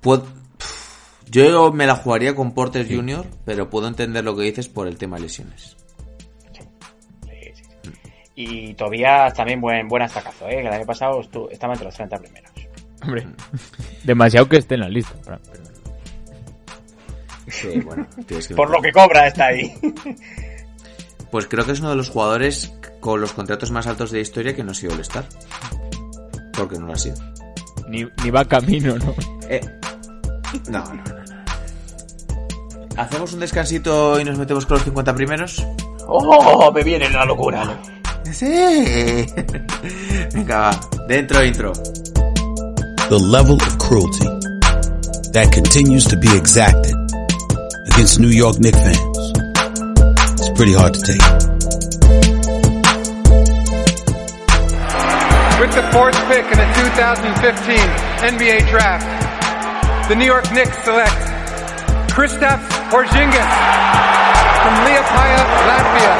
S2: Puedo- Pff, Yo me la jugaría con Porter Jr., pero puedo entender lo que dices por el tema de lesiones.
S3: Sí, sí, sí. Y Tobías también buen, buen atacazo, ¿eh? que el año pasado estu- estaba entre los 30 primeros.
S4: Hombre, demasiado que esté en la lista. Fran, perdón.
S2: Sí, bueno, tienes que
S3: Por lo que cobra está ahí.
S2: Pues creo que es uno de los jugadores con los contratos más altos de la historia que no ha sido el star Porque no lo ha sido.
S4: Ni, ni va camino, ¿no?
S2: Eh, No, no, no, no. ¿Hacemos un descansito y nos metemos con los 50 primeros?
S3: ¡Oh! Me viene la locura.
S2: Sí. Venga, va. Dentro intro.
S7: the level of cruelty that continues to be exacted against New York Knicks fans is pretty hard to take.
S8: With the fourth pick in the 2015 NBA Draft, the New York Knicks select Kristaps Porzingis from Liepaja, Latvia.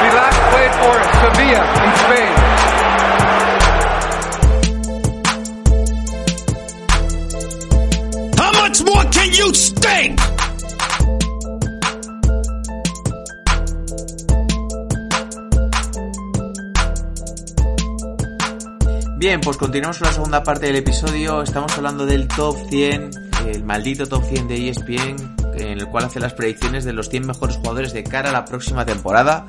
S8: He last played for Sevilla in Spain.
S6: How much more can you stink?
S2: Bien, pues continuamos con la segunda parte del episodio. Estamos hablando del top 100, el maldito top 100 de E ESPN, en el cual hace las predicciones de los 100 mejores jugadores de cara a la próxima temporada.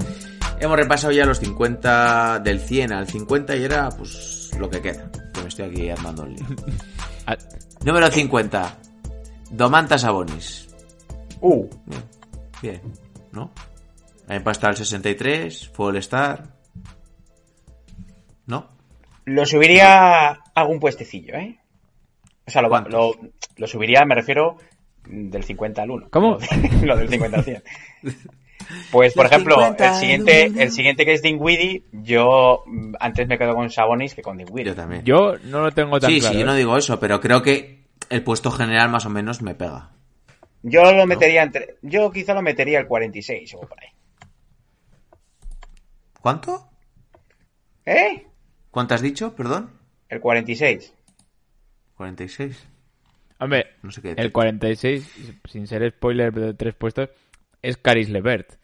S2: Hemos repasado ya los 50, del 100 al 50 y era pues lo que queda. Que me estoy aquí armando el lío.
S4: Ah,
S2: Número 50, Domantas Sabonis.
S3: Uh,
S2: Bien, bien, ¿no? También para estar el 63, fue el Star. ¿No?
S3: Lo subiría a algún puestecillo, ¿eh? O sea, lo,
S2: ¿Cuántos?
S3: lo, lo subiría, me refiero, mm, del 50 al 1.
S4: ¿Cómo?
S3: Lo del 50 al 100. Pues, por
S2: Del
S3: ejemplo,
S2: 50
S3: el
S2: al
S3: siguiente,
S2: 1.
S3: el siguiente que es Dingwiddie, yo mm, antes me quedo con Sabonis que con Dingwiddie.
S2: Yo también.
S4: Yo no lo tengo tan
S2: sí,
S4: claro.
S2: sí, yo no
S4: ¿eh?
S2: digo eso, pero creo que el puesto general más o menos me pega.
S3: Yo lo metería entre... Yo quizá lo metería el 46 o por ahí.
S2: ¿Cuánto?
S3: ¿Eh?
S2: ¿Cuánto has dicho? Perdón.
S3: El 46.
S2: 46.
S4: Hombre,
S2: No sé qué.
S4: el 46, sin ser spoiler de tres puestos, es Caris Levert.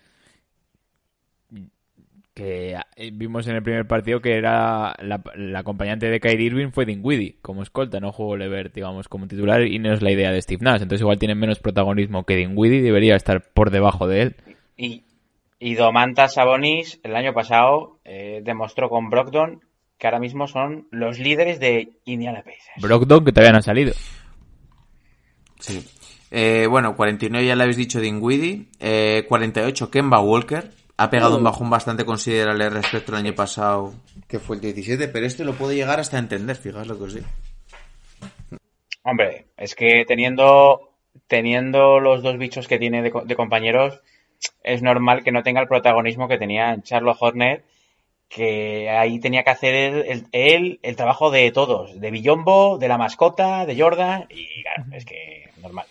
S4: Que eh, vimos en el primer partido que era la, la acompañante de Kyrie Irving fue Dinwiddie, como escolta, no jugó Levert, digamos, como titular y no es la idea de Steve Nash. Entonces igual tiene menos protagonismo que Dinwiddie, debería estar por debajo de él.
S3: Y, y Domantas Sabonis el año pasado eh, demostró con Brogdon que ahora mismo son los líderes de Indiana Pacers.
S4: Brogdon, que todavía no ha salido.
S2: Sí. Eh, bueno, 49 ya le habéis dicho Dingwiddie. Eh, 48 Kemba Walker. Ha pegado un bajón bastante considerable respecto al año pasado, Oh. que fue el 17, pero este lo puedo llegar hasta entender, fijaos lo que os digo.
S3: Hombre, es que teniendo, teniendo los dos bichos que tiene de, co- de compañeros, es normal que no tenga el protagonismo que tenía Charlo Horner, que ahí tenía que hacer él el, él el trabajo de todos, de Billombo, de la mascota, de Jordan, y claro, es que normal.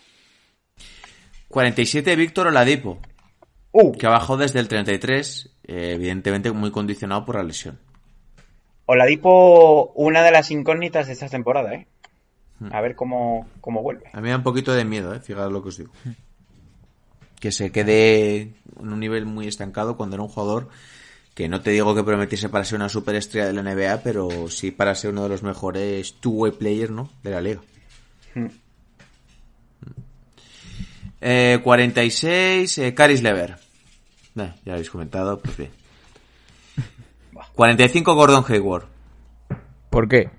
S2: 47 Víctor Oladipo,
S3: Uh,
S2: que ha bajado desde el 33, eh, evidentemente muy condicionado por la lesión.
S3: Oladipo, una de las incógnitas de esta temporada, ¿eh?
S2: Hmm.
S3: A ver cómo, cómo vuelve.
S2: A mí me da un poquito de miedo, eh, fijaos lo que os digo. Que se quede en un nivel muy estancado cuando era un jugador que no te digo que prometiese para ser una superestrella de la NBA, pero sí para ser uno de los mejores two-way players, ¿no? De la liga. Eh, 46, eh, Caris Lever. Nah, ya lo habéis comentado, pues bien. 45, Gordon Hayward.
S4: ¿Por qué?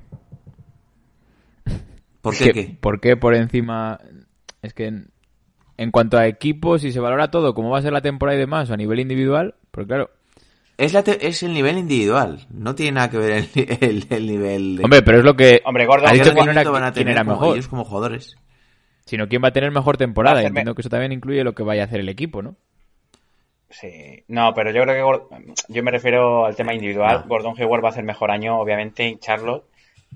S2: ¿Por qué
S4: que-
S2: qué?
S4: ¿Por qué por encima? Es que en, en cuanto a equipos, si se valora todo, cómo va a ser la temporada y demás, o a nivel individual, porque claro.
S2: Es, la te- es el nivel individual, no tiene nada que ver el, el- el nivel de...
S4: Hombre, pero es lo que.
S3: Este, Hombre, Gordon,
S4: ha dicho
S2: ¿Qué
S4: que no era
S2: rendimiento van a
S4: quién
S2: tener
S4: era
S2: como-
S4: mejor,
S2: ellos como jugadores.
S4: sino quién va a tener mejor temporada.
S3: Hacerme-
S4: Entiendo que eso también incluye lo que vaya a hacer el equipo, ¿no?
S3: Sí. No, pero yo creo que Gord- yo me refiero al tema individual.
S2: No.
S3: Gordon Hayward va a hacer mejor año, obviamente, en Charlotte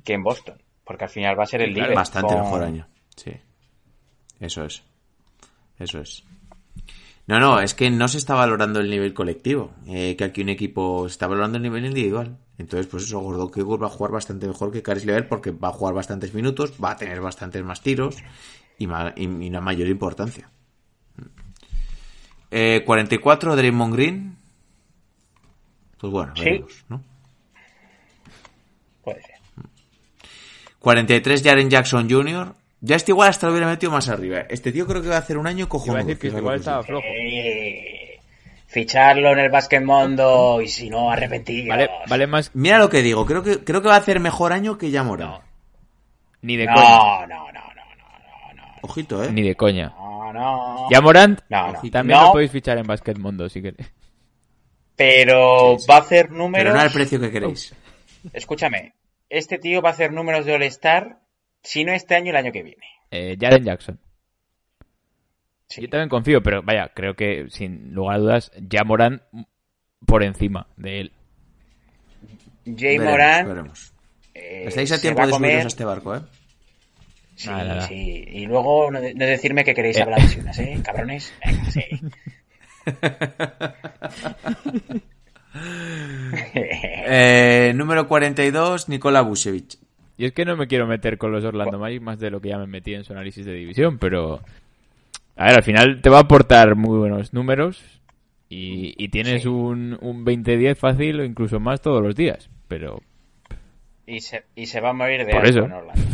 S3: que en Boston, porque al final va a ser el líder.
S2: Bastante
S3: con-
S2: mejor año. Sí. Eso es. Eso es. No, no, es que no se está valorando el nivel colectivo. eh, que aquí un equipo se está valorando el nivel individual. Entonces, pues eso, Gordon Hayward va a jugar bastante mejor que Caris Lever porque va a jugar bastantes minutos, va a tener bastantes más tiros y, ma- y- y una mayor importancia. Eh, 44, Draymond Green. Pues bueno,
S3: Sí.
S2: veremos, ¿no?
S3: Puede ser.
S2: 43 Jaren Jackson Jr. Ya este igual hasta lo hubiera metido más arriba. Este tío creo que va a hacer un año
S4: Iba a
S2: cojonudo.
S4: decir que
S2: fíjate
S4: igual
S2: lo que os
S4: estaba
S2: digo.
S4: flojo.
S3: Eh, Ficharlo en el Basket Mundo y si no, arrepentidos.
S4: Vale, vale más.
S2: Mira lo que digo, creo que, creo que va a hacer mejor año que ya Morán.
S4: Ni de coña.
S3: No, no, no, no, no, no,
S2: Ojito, eh.
S4: Ni de coña.
S3: no, no.
S4: Ya Morant.
S3: No, no.
S4: También
S3: No.
S4: lo podéis fichar en Basket Mundo si queréis.
S3: Pero va a hacer números.
S2: Pero no al precio que queréis.
S3: Escúchame, este tío va a hacer números de All-Star, si no este año, el año que viene.
S4: Eh, Jaren Jackson.
S3: Sí.
S4: Yo también confío, pero vaya, creo que sin lugar a dudas, ya Morant por encima de él.
S3: Jay
S2: Veremos,
S3: Moran.
S2: veremos.
S3: eh,
S2: Estáis a
S3: se
S2: tiempo
S3: va
S2: de
S3: comer-
S2: subiros a este barco, eh.
S3: Sí,
S4: Nada, nada.
S3: sí. Y luego no, de- no decirme que queréis
S4: Eh.
S3: hablar de lesiones, ¿eh? Cabrones. Venga, sí.
S2: Eh, Número 42, Nikola Vucevic.
S4: Y es que no me quiero meter con los Orlando Magic más de lo que ya me metí en su análisis de división, pero... A ver, al final te va a aportar muy buenos números y, y tienes
S3: Sí.
S4: un, un 20-10 fácil o incluso más todos los días, pero...
S3: y, se, y se va a morir de
S4: Por
S3: asco
S4: eso.
S3: en Orlando.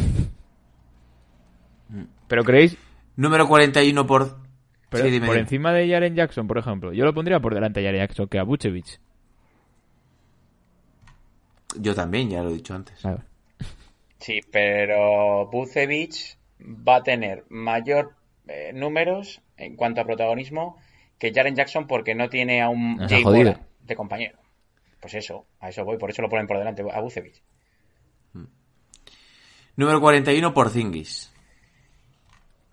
S4: ¿Pero creéis?
S2: Número 41 por...
S4: pero
S2: Sí, dime,
S4: por
S2: dime.
S4: encima de Jaren Jackson, por ejemplo. Yo lo pondría por delante a Jaren Jackson que a Vucevic.
S2: Yo también, ya lo he dicho antes.
S4: Claro.
S3: Sí, pero Bucevic va a tener mayor eh, números en cuanto a protagonismo que Jaren Jackson porque no tiene a un
S4: Nos ha
S3: Jay
S4: jodido.
S3: Moran de compañero. Pues eso, a eso voy, por eso lo ponen por delante a Bucevic.
S2: Número 41 por Zingis.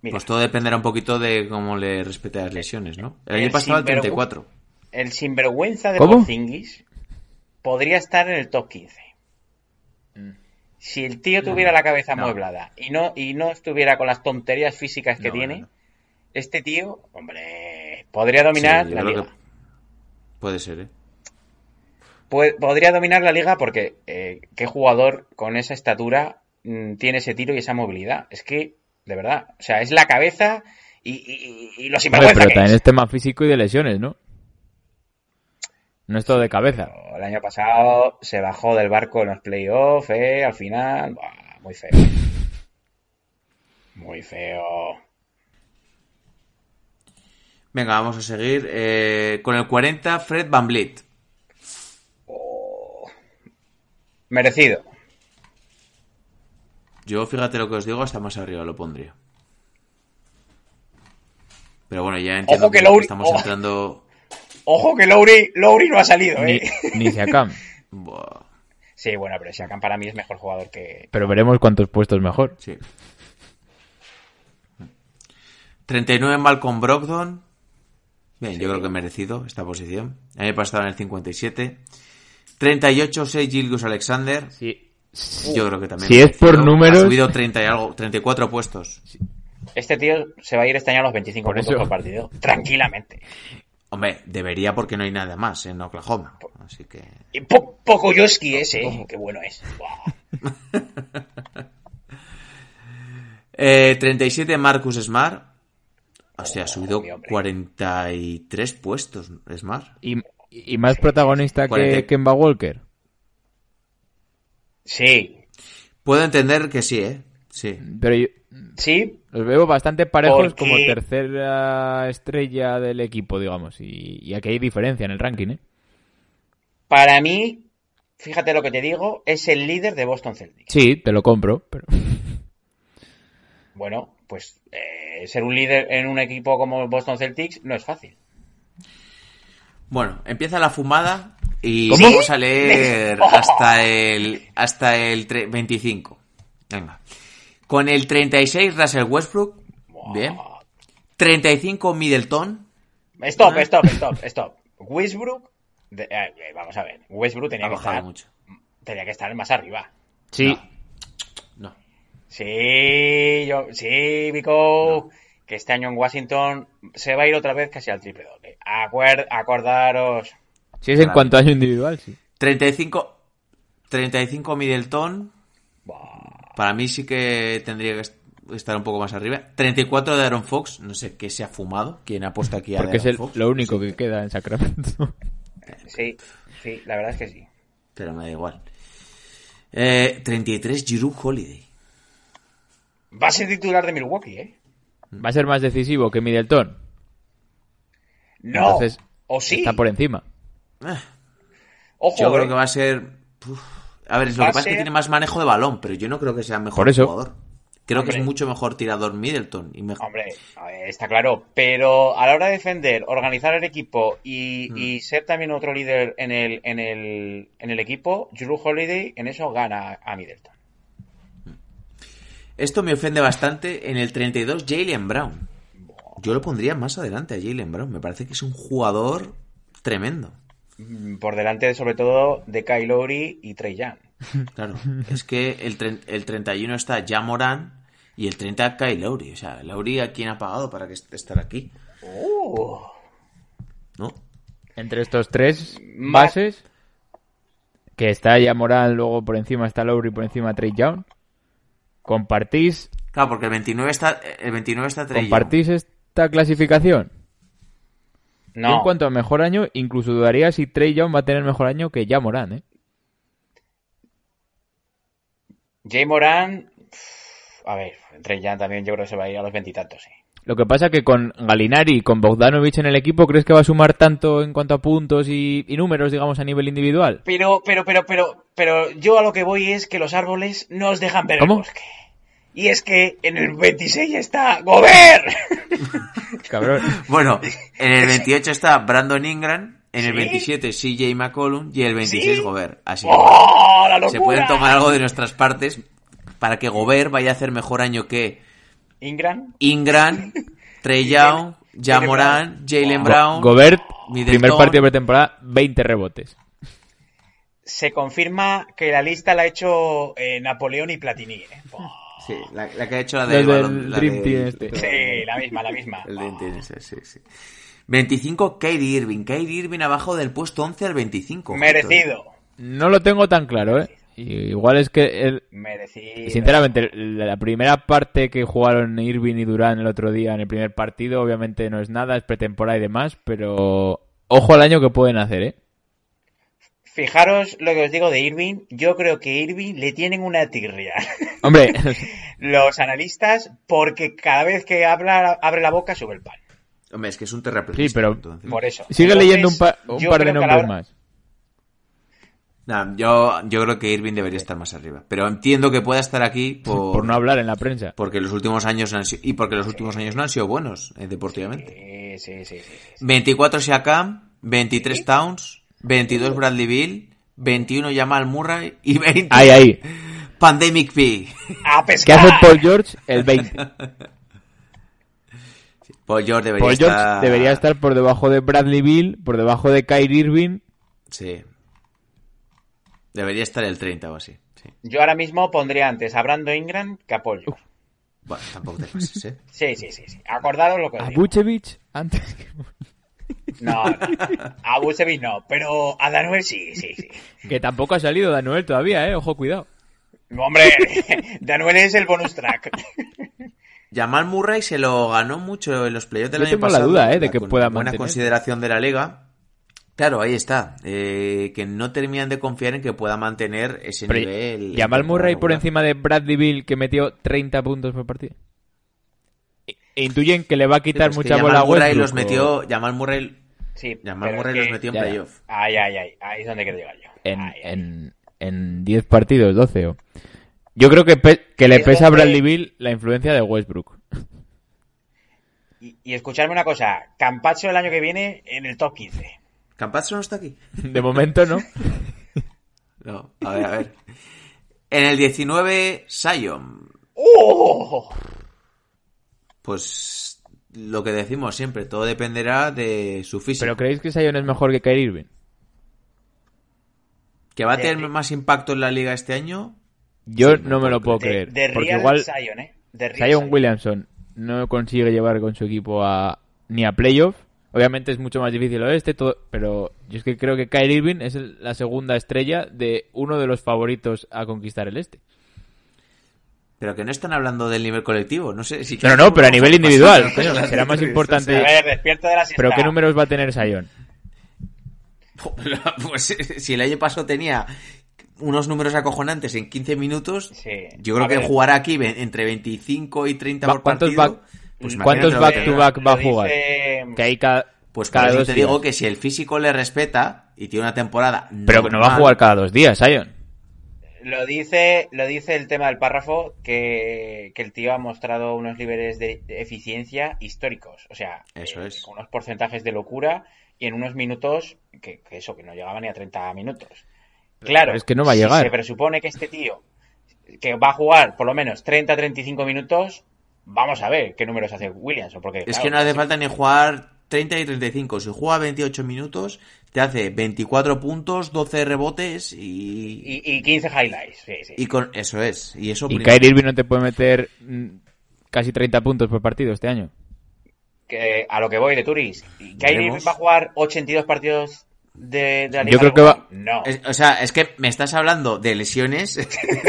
S3: Mira,
S2: Pues todo dependerá un poquito de cómo le respete las lesiones, ¿no? El año
S3: El
S2: pasado el
S3: sinvergü-
S2: 34.
S3: el sinvergüenza de
S4: ¿Cómo?
S3: Porzingis podría estar en el top 15.
S2: Mm.
S3: Si el tío tuviera la cabeza amueblada y no, y no estuviera con las tonterías físicas que
S2: No,
S3: tiene,
S2: no, no.
S3: este tío, hombre, podría dominar
S2: Sí, yo
S3: la
S2: creo
S3: liga.
S2: que Puede ser, ¿eh?
S3: Pu- podría dominar la liga porque eh, qué jugador con esa estatura mm, tiene ese tiro y esa movilidad. Es que, de verdad, o sea, es la cabeza y, y- y- y lo
S4: Hombre,
S3: sinvergüenza
S4: pero
S3: que
S4: también
S3: es.
S4: es tema físico y de lesiones, ¿no? No es todo de cabeza.
S3: El año pasado se bajó del barco en los playoffs, eh, al final, buah, muy feo. Muy feo.
S2: Venga, vamos a seguir. eh, con el 40, Fred Van Vliet.
S3: Merecido.
S2: Yo, fíjate lo que os digo, hasta más arriba lo pondría. Pero bueno, ya entiendo
S3: Ojo que
S2: que,
S3: Lowry-
S2: estamos
S3: ojo.
S2: entrando...
S3: Ojo que Lowry, Lowry no ha salido,
S4: Ni,
S3: eh.
S4: ni Siakam.
S2: Buah,
S3: Sí, bueno, pero Siakam para mí es mejor jugador que...
S4: Pero veremos cuántos puestos mejor.
S2: sí. 39, Malcolm Brogdon. Bien, yo creo que merecido esta posición. El año pasado en el 57. 38, 6, Gilgus Alexander.
S4: Sí.
S2: Yo creo que también.
S4: Si es por
S2: merecido.
S4: números-
S2: Ha subido 30 y algo, 34 puestos.
S3: Este tío se va a ir este año a los 25
S4: Por
S3: puntos
S4: eso.
S3: por partido. Tranquilamente.
S2: Hombre, debería porque no hay nada más en Oklahoma. Así que.
S3: Y po Pokoyoski ese, eh, qué bueno es. Buah.
S2: Eh, 37 Marcus Smart. O sea, ha subido
S3: mi hombre.
S2: 43 puestos Smart.
S4: Y, y más protagonista que
S2: Cuarenta-
S4: Kemba Walker.
S3: Sí,
S2: Puedo entender que sí, ¿eh? Sí.
S4: Pero yo
S3: sí,
S4: los veo bastante parejos
S3: Porque-
S4: como tercera estrella del equipo, digamos. Y, y aquí hay diferencia en el ranking, ¿eh?
S3: para mí, fíjate lo que te digo, es el líder de Boston Celtics.
S4: Sí, te lo compro, pero...
S3: Bueno, pues eh, ser un líder en un equipo como Boston Celtics no es fácil.
S2: Bueno, empieza la fumada y
S3: ¿Cómo?
S2: vamos a leer hasta el, hasta el tre- 25. Venga. Con el 36 Russell Westbrook. Bien. 35 Middleton.
S3: Stop, stop, stop, stop. Westbrook, de- eh, eh, vamos a ver, Westbrook tenía
S2: Ha
S3: que,
S2: bajado
S3: estar,
S2: mucho.
S3: tenía que estar más arriba.
S4: Sí.
S2: No.
S3: Sí, yo, sí, Vico, que este año en Washington se va a ir otra vez casi al triple doble. Acuer- acordaros.
S4: Si es en cuanto a año individual, sí.
S2: 35, 35 Middleton. Para mí sí que tendría que est- estar un poco más arriba. 34 de Aaron Fox. No sé qué se ha fumado. ¿Quién ha puesto aquí a
S4: Porque es
S2: Aaron
S4: el-
S2: Fox?
S4: lo único que queda en Sacramento.
S3: Sí, sí, la verdad es que sí.
S2: Pero me da igual. Eh, 33 Giroud Holiday.
S3: Va a ser titular de Milwaukee, ¿eh?
S4: Va a ser más decisivo que Middleton.
S3: No.
S4: Entonces,
S3: o sí.
S4: Está por encima.
S3: Ojo,
S2: Yo Eh, creo
S3: eh.
S2: que va a ser. Uf. A ver, lo
S3: Va
S2: que
S3: a
S2: pasa es que
S3: ser-
S2: tiene más manejo de balón, pero yo no creo que sea mejor
S4: Por eso.
S2: jugador. Creo que
S3: Hombre.
S2: es mucho mejor tirador Middleton. Y mejor...
S3: Hombre, a ver, está claro. Pero a la hora de defender, organizar el equipo y,
S4: Mm.
S3: y ser también otro líder en el, en el, en el equipo, Drew Holiday en eso gana a Middleton.
S2: Esto me ofende bastante. En el 32, Jalen Brown. Yo lo pondría más adelante a Jalen Brown. Me parece que es un jugador tremendo.
S3: Mm, Por delante, sobre todo, de Kyle Lowry y Trey Young.
S2: Claro. Es que el, tren- el 31 está ya Morán y el 30 Kyle Lowry. O sea, Lowry a quién ha pagado para que est- estar aquí.
S3: Oh.
S2: ¿No?
S4: Entre estos tres
S3: Ma-
S4: bases, que está ya Moral, luego por encima está Lowry, por encima Trey Young. ¿Compartís,
S2: Claro, porque el 29 está el 29 está Trey Young.
S4: ¿compartís esta clasificación? Yo
S3: No,
S4: En cuanto a mejor año, incluso dudaría si Trey Young va a tener mejor año que ya Morán, ¿eh?
S3: Jay Moran, pff, a ver, Trey Young también yo creo que se va a ir a los veintitantos, sí.
S4: Lo que pasa que con Galinari y con Bogdanovic en el equipo, ¿crees que va a sumar tanto en cuanto a puntos y, y números, digamos, a nivel individual?
S3: Pero, pero, pero, pero, pero yo a lo que voy es que los árboles no os dejan ver
S4: ¿Cómo?
S3: el bosque. Y es que en el 26 está Gobert.
S4: Cabrón.
S2: Bueno, en el 28 está Brandon Ingram, en el
S3: ¿Sí?
S2: 27 CJ McCollum y el 26
S3: ¿Sí?
S2: Gobert. Así que
S3: ¡Oh, la locura!
S2: se pueden tomar algo de nuestras partes para que Gobert vaya a hacer mejor año que
S3: Ingram.
S2: Ingram, Trey Young, Jamoran, Jalen
S3: Go-
S2: Brown.
S4: Gobert,
S2: Middleton.
S4: primer partido de pretemporada, 20 rebotes.
S3: Se confirma que la lista la ha hecho eh, Napoleón y Platini. ¿eh? Buah,
S2: Sí, la, la que ha hecho la
S4: Los
S2: del
S4: del
S2: balón, la
S4: Dream
S2: del-
S4: Team este.
S3: Sí, la misma, la misma.
S2: El Dream Team ese, sí, sí. 25, Kyrie Irving. Kyrie Irving abajo del puesto 11 al 25. ojito, eh.
S3: Merecido.
S4: No lo tengo tan claro, ¿eh? Y Igual es que, el-
S3: Merecido.
S4: sinceramente, la la primera parte que jugaron Irving y Durán el otro día en el primer partido, obviamente no es nada, es pretemporada y demás, pero ojo al año que pueden hacer, ¿eh?
S3: Fijaros lo que os digo de Irving. Yo creo que Irving le tienen una tirria.
S4: Hombre,
S3: Los analistas, porque cada vez que habla, abre la boca, sube el pan.
S2: Hombre, es que es un terraplanista.
S4: Sí, pero-
S2: entonces.
S3: Por eso.
S4: sigue
S3: Entonces,
S4: leyendo un, pa- un
S3: yo
S4: par de
S3: creo que a la
S4: nombres
S3: hora-
S4: más.
S2: Nah, yo, yo creo que Irving debería estar más arriba. Pero entiendo que pueda estar aquí por,
S4: Por no hablar en la prensa.
S2: porque los últimos años han sido, y porque los últimos años no han sido buenos eh, deportivamente.
S3: Sí, sí, sí, sí, sí.
S2: 24 Siakam, 23 Towns, 22 Bradley Bill, 21 Jamal Murray y 20
S4: Ahí, ahí.
S2: Pandemic P.
S3: A
S4: ¿Qué
S3: pescar.
S4: hace Paul George? El 20.
S2: Paul George debería
S3: Pues
S4: Paul George
S2: estar.
S4: debería estar por debajo de Bradley Bill, por debajo de Kyrie Irving.
S2: Sí. Debería estar el 30 o así. Sí.
S3: Yo ahora mismo pondría antes a Brando Ingram que a Paul George.
S2: Bueno, tampoco te pases, ¿eh?
S3: Sí, sí, sí, Pues sí. Acordaros lo que os
S4: A
S3: digo.
S4: Vucevic antes que...
S3: No, no. a Vucevic no, pero a Danuel sí, sí, sí.
S4: Que tampoco ha salido Danuel todavía, eh. Ojo, cuidado.
S3: Hombre, Danuel es el bonus track.
S2: Jamal Murray se lo ganó mucho en los playoffs del
S4: Yo
S2: año
S4: tengo la
S2: pasado.
S4: duda, ¿eh? de
S2: la
S4: que
S2: con-
S4: pueda
S2: Buena
S4: mantener.
S2: consideración de la liga. Claro, ahí está. eh, que no terminan de confiar en que pueda mantener ese
S4: Pero
S2: este nivel.
S4: Jamal
S2: en
S4: Murray por
S2: regular.
S4: encima de Bradley Bill que metió 30 puntos por partido. E- e intuyen que le va a
S2: Sí, pero
S4: quitar
S2: es que
S4: mucha bola a
S2: Jamal Murray
S4: Westbrook,
S2: los
S4: o-
S2: metió. Jamal Murray,
S3: Sí,
S2: Jamal
S3: pero
S2: Murray
S3: es
S2: los
S3: que-
S2: metió en
S4: ya, ya.
S2: playoff.
S3: Ay, ay, ay, ahí es donde quiero llegar yo.
S4: en,
S3: Ay, ay.
S4: en, en 10 partidos, 12. o- Yo creo que, pe- que le
S2: Eh,
S3: Es
S4: pesa a
S3: donde-
S4: Bradley Bill la influencia de Westbrook.
S3: Y, y escucharme una cosa, Campacho el año que viene en el top 15.
S2: Campazzo no está aquí.
S4: De momento no.
S2: No, a ver, a ver. En el 19, Sion.
S3: ¡Oh!
S2: Pues lo que decimos siempre, todo dependerá de su físico.
S4: ¿Pero creéis que Sion es mejor que Kyrie Irving?
S2: ¿Que va a
S3: de-
S2: tener más impacto en la liga este año?
S4: Yo
S2: Sí,
S4: no me lo puedo
S3: De-
S4: creer.
S3: de
S4: porque
S3: Real
S4: igual
S3: Zion, ¿eh? De Real
S4: Zion
S3: Zion.
S4: Williamson no consigue llevar con su equipo a, ni a playoff. Obviamente es mucho más difícil oeste, todo, pero yo es que creo que Kyrie Irving es el- la segunda estrella de uno de los favoritos a conquistar el este.
S2: Pero que no están hablando del nivel colectivo, no sé si...
S4: No, no, no, pero a nivel individual, coño, será más
S3: A
S4: importante.
S3: ver, despierta de la siesta.
S4: Pero ¿qué números va a tener Sion?
S2: Pues si el año pasado tenía unos números acojonantes en 15 minutos,
S3: Sí.
S2: yo creo
S3: A
S2: que
S3: ver.
S2: jugará aquí ve- entre 25 y 30
S4: Va-
S2: por
S4: ¿cuántos
S2: partido...
S4: back-
S2: pues
S4: ¿Cuántos
S2: imagínate lo que
S4: back
S2: te
S4: to
S2: da.
S4: back va a
S3: Lo
S4: jugar?
S3: dice-
S4: Que hay cada,
S2: Pues por
S4: cada
S2: eso
S4: dos
S2: te
S4: días.
S2: digo que si el físico le respeta y tiene una temporada...
S4: Pero que no va a
S2: normal,
S4: jugar cada dos días, Sion.
S3: Lo dice, lo dice el tema del párrafo que, que el tío ha mostrado unos niveles de, de eficiencia históricos. O sea, eh,
S2: Eso es.
S3: con unos porcentajes de locura y en unos minutos que, que eso, que no llegaba ni a 30 minutos. Claro,
S4: Pero es que no va a
S3: si
S4: llegar.
S3: se presupone que este tío que va a jugar por lo menos 30-35 minutos, vamos a ver qué números hace Williamson. Porque,
S2: Es
S3: claro,
S2: que no hace falta ni jugar 30 y 35. Si juega 28 minutos, te hace 24 puntos, 12 rebotes y.
S3: y, y 15 highlights. Sí, sí.
S2: y con, eso es. Y eso.
S4: Y
S2: primero.
S4: Kyrie Irving no te puede meter mm, casi 30 puntos por partido este año.
S3: que a lo que voy de Turis. ¿Y Kyrie
S2: Veremos.
S3: va a jugar 82 partidos de, de la Liga
S4: Yo creo que
S3: regular?
S4: va-
S3: No.
S2: Es- o sea, es que me estás hablando de lesiones.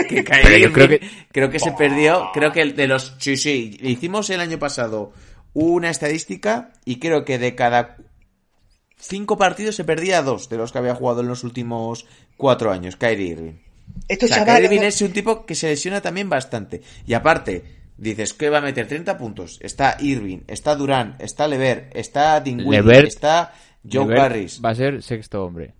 S2: que Kyrie
S4: Pero yo
S2: Irving-
S4: creo que-
S2: creo que se perdió. Creo que el de los. Sí, sí. Hicimos el año pasado una estadística y creo que de cada. Cinco partidos se perdía dos de los que había jugado en los últimos cuatro años, Kyrie Irving.
S3: Estos
S2: O sea,
S3: chavales-
S2: Kyrie Irving es un tipo que se lesiona también bastante. Y aparte, dices que va a meter 30 puntos. Está Irving, está Durán, está Levert, está Dingwiddie,
S4: Levert-
S2: está Joe
S4: Levert
S2: Harris.
S4: Va a ser sexto hombre.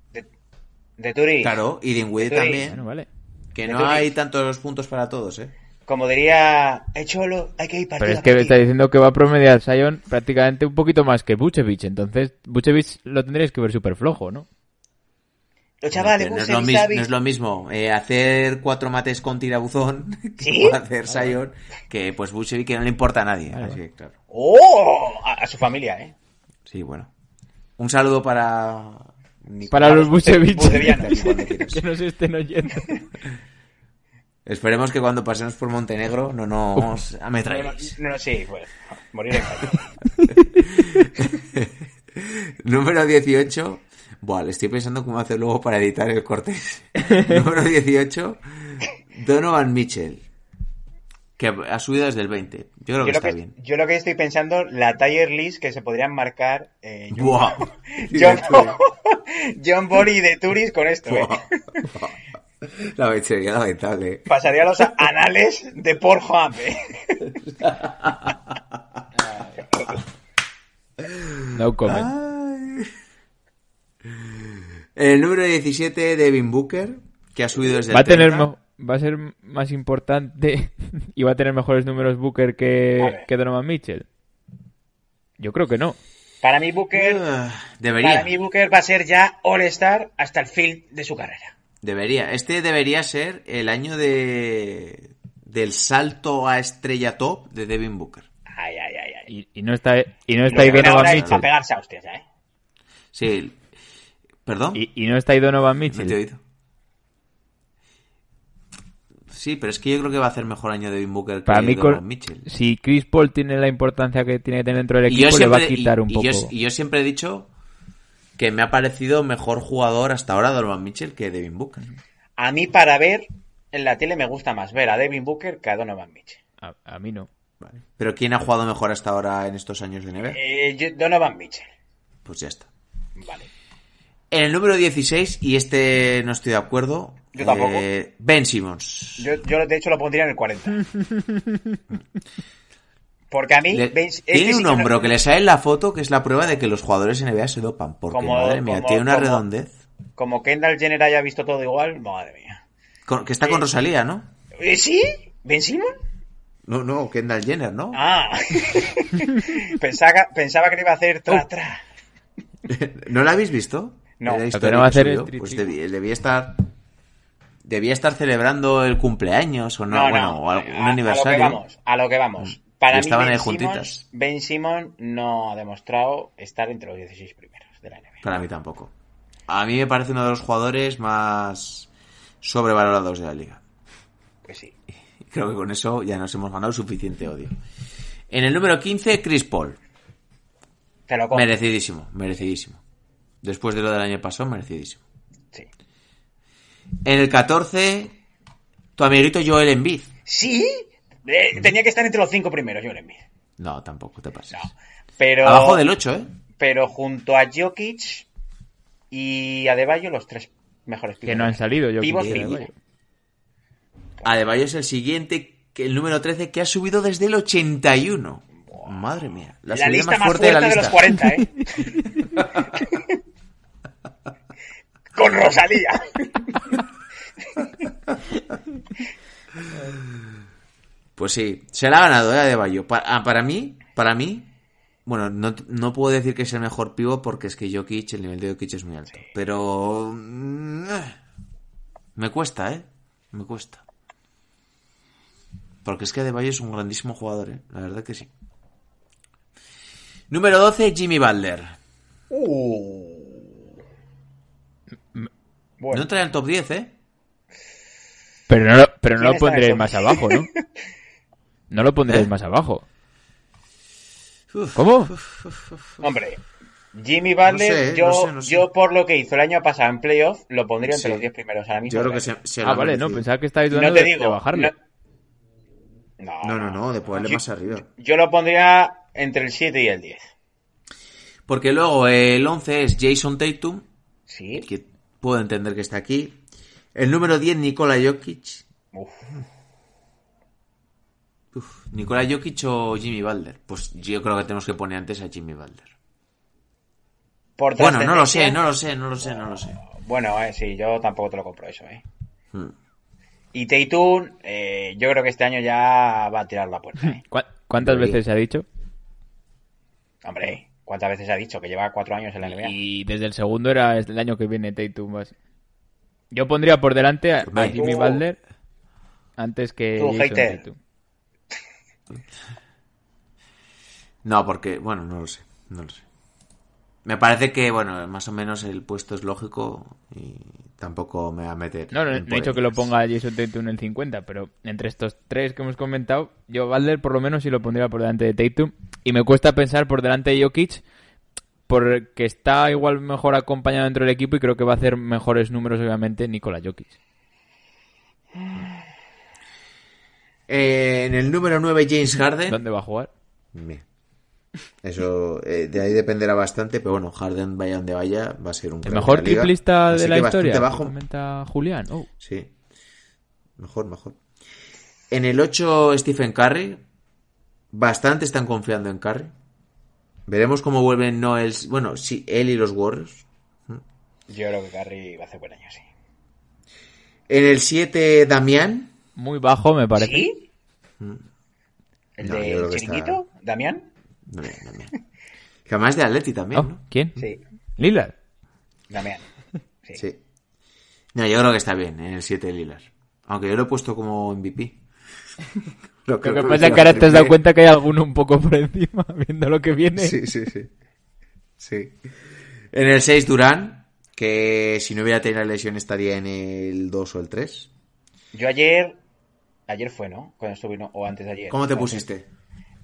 S3: de Turis.
S2: Claro, y Dingwiddie
S3: Levert.
S4: Bueno,
S2: también.
S4: vale.
S2: Que
S3: De
S2: no
S3: Turín.
S2: hay tantos puntos para todos, ¿eh?
S3: Como diría "Eh, Cholo, hay que ir partido
S4: Pero es
S3: a
S4: que
S3: partido".
S4: está diciendo que va a promediar Sion prácticamente un poquito más que Bucevic. Entonces, Bucevic lo tendrías que ver súper flojo, ¿no?
S3: Los chavales,
S2: Este, no, es
S3: Gusen
S2: lo
S3: y
S2: mis-
S3: Xavi.
S2: no es lo mismo eh, hacer cuatro mates con tirabuzón que
S3: ¿Sí?
S2: hacer Sion, que pues Bushevik que no le importa a nadie. así que, claro.
S3: ¡Oh! A, a su familia, ¿eh?
S2: Sí, bueno. Un saludo para...
S4: Para los
S3: Bucevianos,
S4: Buceviches
S3: cuando
S4: que nos estén oyendo.
S2: Esperemos que cuando pasemos por Montenegro no nos
S3: No, no,
S2: ametralléis.
S3: no, no, sí, bueno, morir en paz.
S2: Número 18. Buah, le estoy pensando cómo hacer luego para editar el corte. Número 18. Donovan Mitchell. Que ha subido desde el 20. Yo creo que
S3: Yo lo
S2: está
S3: que,
S2: bien.
S3: yo lo que estoy pensando, la tier list que se podrían marcar eh, John,
S2: Buah.
S3: John, John Bory de Turis con esto. eh.
S2: La mechería lamentable. ¿eh?
S3: Pasaría a los anales de Pornhub. eh.
S4: No
S2: Ah,
S4: comment.
S2: Ay. El número 17, Devin Booker, que ha subido desde
S4: Va a
S2: el 30.
S4: tener mo- va a ser más importante y va a tener mejores números Booker
S3: A
S4: que,
S3: ver.
S4: que Donovan Mitchell. Yo creo que no.
S3: Para mí, Booker.
S2: Ah,
S3: Para
S2: Debería.
S3: mí, Booker va a ser ya All-Star hasta el fin de su carrera.
S2: Debería. Este debería ser el año de del salto a estrella top de Devin Booker.
S3: Ay, ay, ay, ay.
S4: Y, y no está y no
S3: Lo
S4: está
S3: que
S4: ahí
S3: viene ahora
S4: Donovan
S3: es para
S4: Mitchell.
S3: pegarse a hostias ya, ¿eh?
S2: Sí. ¿Perdón?
S4: Y, y no está ahí Donovan
S2: No te he
S4: Mitchell.
S2: oído. Sí, pero es que yo creo que va a hacer mejor año Devin Booker
S4: Para
S2: que
S4: mí,
S2: Donovan
S4: con-
S2: Mitchell.
S4: si Chris Paul tiene la importancia que tiene que tener dentro del
S2: Y yo
S4: equipo, le va a
S2: siempre-
S4: quitar un
S2: y-
S4: poco.
S2: y yo- y yo siempre he dicho que me ha parecido mejor jugador hasta ahora Donovan Mitchell que Devin Booker.
S3: A mí, para ver en la tele, me gusta más ver a Devin Booker que a Donovan Mitchell.
S4: A, a mí no.
S2: Vale. Pero ¿quién ha jugado mejor hasta ahora en estos años de NBA?
S3: Eh, yo- Donovan Mitchell.
S2: Pues ya está.
S3: Vale.
S2: En el número 16, y este no estoy de acuerdo.
S3: Yo tampoco.
S2: eh, ben Simmons.
S3: Yo, yo, de hecho lo pondría en el 40. Porque a mí
S2: Le-
S3: Ben- este
S2: tiene
S3: sí
S2: un
S3: que no-
S2: hombro que le sale en la foto, que es la prueba de que los jugadores NBA se dopan. Porque,
S3: Como-
S2: madre mía,
S3: como-
S2: tiene una
S3: como-
S2: redondez.
S3: Como Kendall Jenner haya visto todo igual, madre mía.
S2: Con- que está con Rosalía, ¿no?
S3: ¿Eh, ¿Sí? ¿Ben Simon?
S2: No, no, Kendall Jenner, ¿no?
S3: Ah. pensaba, pensaba que le iba a hacer tra tra.
S2: ¿No la habéis visto?
S3: No.
S2: Era
S3: Lo
S2: historia
S4: que no va a
S2: que
S4: hacer es
S2: subió. Pues
S4: triciclo.
S2: debí- debía estar... Debía estar celebrando el cumpleaños o no, bueno, o algún
S3: a-
S2: aniversario. Mm.
S3: A lo que vamos, a lo que vamos.
S2: Y
S3: Para mí
S2: estaban
S3: ben
S2: ahí
S3: Simmons,
S2: juntitas.
S3: ben Simon no ha demostrado estar entre los 16 primeros de la NBA.
S2: Para mí tampoco. A mí me parece uno de los jugadores más sobrevalorados de la liga.
S3: Pues sí.
S2: Creo que con eso ya nos hemos ganado suficiente odio. En el número 15, Chris Paul.
S3: Te lo compro.
S2: Merecidísimo, merecidísimo. Después de lo del año pasado, merecidísimo.
S3: Sí.
S2: En el 14, tu amiguito Joel Embiid.
S3: ¿Sí? Eh, tenía que estar entre los 5 primeros, yo le envío.
S2: No, tampoco te pases.
S3: Pero...
S2: Abajo del 8, ¿eh?
S3: pero junto a Jokic y Adebayo los tres mejores
S4: Que no han salido, yo
S3: Pivot
S4: creo que
S3: figura.
S4: Adebayo.
S2: Adebayo es el siguiente, que el número 13, que ha subido desde el 81. Madre mía. La,
S3: La,
S2: subida
S3: lista más fuerte, de, los
S2: lista.
S3: 40, ¿eh? Con Rosalía.
S2: Pues sí, se la ha ganado, ¿eh? Adebayo. Pa- ah, Para, mí, para mí, bueno, no, no puedo decir que es el mejor pivot porque es que Jokic, el nivel de Jokic es muy alto. Pero... mm, eh, Me cuesta, ¿eh? Me cuesta. Porque es que Adebayo es un grandísimo jugador, ¿eh? La verdad que sí. Número 12, Jimmy Butler.
S3: Bueno,
S2: No entra en el top 10, ¿eh?
S4: Pero no, lo- pero
S3: ¿Quién
S4: no lo
S3: está en
S4: pondréis
S3: eso?
S4: más abajo, ¿no? No lo pondréis
S2: ¿Eh?
S4: más abajo.
S2: Uf,
S4: ¿Cómo? Pues,
S3: hombre. Jimmy Butler,
S2: No sé, eh,
S3: yo,
S2: no sé, no sé.
S3: yo por lo que hizo el año pasado en playoff, lo pondría entre
S2: Sí.
S3: los 10 primeros ahora mismo. ¿eh?
S2: Yo creo que se, se lo
S4: Ah,
S2: ha
S4: vale, no,
S2: merecido.
S4: pensaba que estabais dudando
S3: No te
S4: de-
S3: digo.
S4: de bajarlo.
S3: No,
S2: No, no, no, de ponerle
S3: Yo-
S2: más arriba.
S3: Yo lo pondría entre el 7 y el 10.
S2: Porque luego eh, el 11 es Jason Tatum,
S3: Sí.
S2: que puedo entender que está aquí. El número 10, Nikola Jokic.
S3: Uf.
S2: Uf, ¿Nikola Jokic o Jimmy Butler? Pues yo creo que tenemos que poner antes a Jimmy Butler.
S3: Por
S2: Bueno, no lo sé,
S3: trascendencia-
S2: no lo sé, no lo sé, no lo sé.
S3: Bueno, eh, sí, yo tampoco te lo compro eso, eh.
S2: Hmm.
S3: Y Tatum, eh, yo creo que este año ya va a tirar la puerta, eh.
S4: ¿Cuá- ¿Cuántas
S2: Hombre.
S4: veces se ha dicho?
S3: Hombre, ¿cuántas veces ha dicho que lleva cuatro años en la NBA?
S4: Y desde el segundo era el año que viene Tatum. va a ser. Yo pondría por delante a, a
S2: Hombre.
S4: Jimmy
S3: Tú.
S4: Butler antes que
S3: Tú,
S4: Jason
S3: hater.
S4: Tatum.
S2: No, porque, bueno, no lo sé, no lo sé. Me parece que, bueno, más o menos el puesto es lógico y tampoco me va a meter.
S4: No, no,
S2: en
S4: no he dicho que lo
S2: polémicas.
S4: ponga Jason Tatum en el 50, pero entre estos tres que hemos comentado, yo Butler por lo menos sí lo pondría por delante de Tatum. Y me cuesta pensar por delante de Jokic, porque está igual mejor acompañado dentro del equipo y creo que va a hacer mejores números, obviamente, Nikola Jokic.
S2: Eh, en el número 9, James Harden.
S4: ¿Dónde va a jugar?
S2: Bien. Eso, eh, de ahí dependerá bastante, pero bueno, Harden vaya donde vaya, va a ser un
S4: El
S2: crack
S4: mejor
S2: de la liga.
S4: triplista
S2: Así
S4: de la
S2: que bastante
S4: historia,
S2: bajo.
S4: comenta Julián. Oh,
S2: Sí. Mejor, mejor. En el 8, Stephen Curry. Bastante están confiando en Curry. Veremos cómo vuelven Noel. Bueno, sí, él y los Warriors.
S3: Yo creo que Curry va a hacer buen año, sí.
S2: En el 7, Damián.
S4: muy bajo me parece.
S3: ¿Sí? ¿El
S2: Mm. No,
S3: de
S2: yo creo que
S3: Chiringuito? ¿Damián?
S2: Damián, Damián. Que además de Atleti también,
S4: Oh,
S2: ¿no?
S4: ¿Quién?
S3: Sí,
S4: Lillard.
S3: Damián. Sí.
S2: Sí. No, yo creo que está bien en el 7 Lilar. Aunque yo lo he puesto como MVP. Lo
S4: Lo que pasa es que ahora te has dado cuenta que hay alguno un poco por encima, viendo lo que viene.
S2: Sí, sí, sí. Sí. Este. En el 6 Durán, que si no hubiera tenido la lesión estaría en el 2 o el 3.
S3: Yo ayer... Ayer fue, ¿no? Cuando estuve, ¿no? O antes de ayer.
S2: ¿Cómo te
S3: Antes.
S2: pusiste?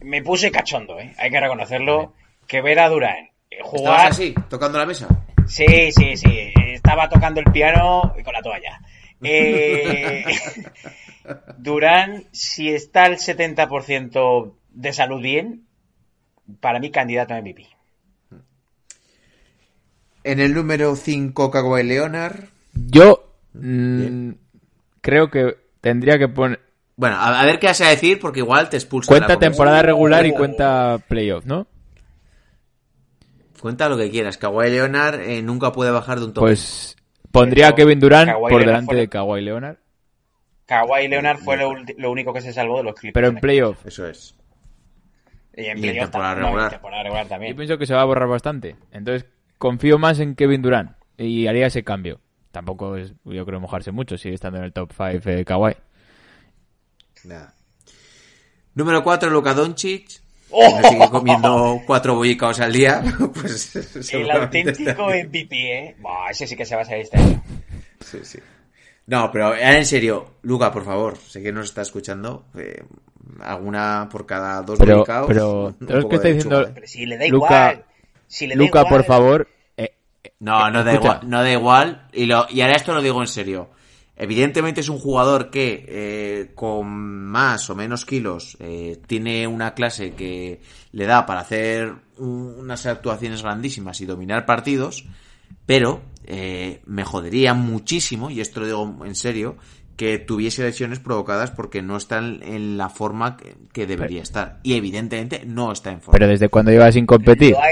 S3: Me puse cachondo, ¿eh? Hay que reconocerlo. Que ver a Durán eh, jugar...
S2: ¿Estabas así, tocando la mesa?
S3: Sí, sí, sí. Estaba tocando el piano con la toalla. Eh, Durán, si está al 70% de salud bien, para mí candidato a MVP.
S2: En el número 5 Kawhi Leonard.
S4: Yo mm, creo que tendría que poner...
S2: Bueno, a, a ver qué vas a decir porque igual te expulsan. la
S4: Cuenta
S2: conversación.
S4: temporada regular y cuenta playoff, ¿no?
S2: Cuenta lo que quieras. Kawhi Leonard eh, nunca puede bajar de un tope.
S4: Pues pondría a
S3: Pero
S4: Kevin Durant
S3: Kawhi
S4: por
S3: Leonard
S4: delante
S3: fuera.
S4: de Kawhi Leonard.
S3: Kawhi Leonard fue lo, ulti- lo único que se salvó de los Clippers.
S4: Pero en playoff.
S2: Eso es.
S3: Y en,
S2: y en
S3: playoff
S2: temporada
S3: también, no,
S2: regular. pues,
S3: en temporada regular
S4: Yo
S3: también.
S4: pienso que se va a borrar bastante. Entonces confío más en Kevin Durant y haría ese cambio. Tampoco es, yo creo, mojarse mucho si estando en el top 5 de Kawhi.
S2: Nada. Número 4, Luka Doncic. Me sigue comiendo cuatro bollicaos al día. Pues,
S3: El
S2: seguramente
S3: auténtico
S2: está-
S3: MVP, ¿eh? Buah, ese sí que se va a salir este año.
S2: Sí, sí. No, pero ahora en serio, Luca, por favor, sé que nos está escuchando. eh, alguna por cada dos
S4: Pero-
S2: bollicaos.
S4: pero,
S2: un
S4: ¿sabes
S2: poco
S4: qué está
S2: de
S4: diciendo?
S2: lechuga, eh.
S3: Pero si le da
S4: Luca-
S3: igual. Si le da
S4: Luca,
S3: igual,
S4: por favor. eh,
S2: No, no da
S4: Escucha.
S2: igual, no da igual. Y, lo, y ahora esto lo digo en serio. Evidentemente es un jugador que eh, con más o menos kilos eh, tiene una clase que le da para hacer un- unas actuaciones grandísimas y dominar partidos, pero eh, me jodería muchísimo, y esto lo digo en serio, que tuviese lesiones provocadas porque no está en, en la forma que, que debería estar. Y evidentemente no está en forma.
S4: pero desde cuando lleva sin competir.
S3: lo ha-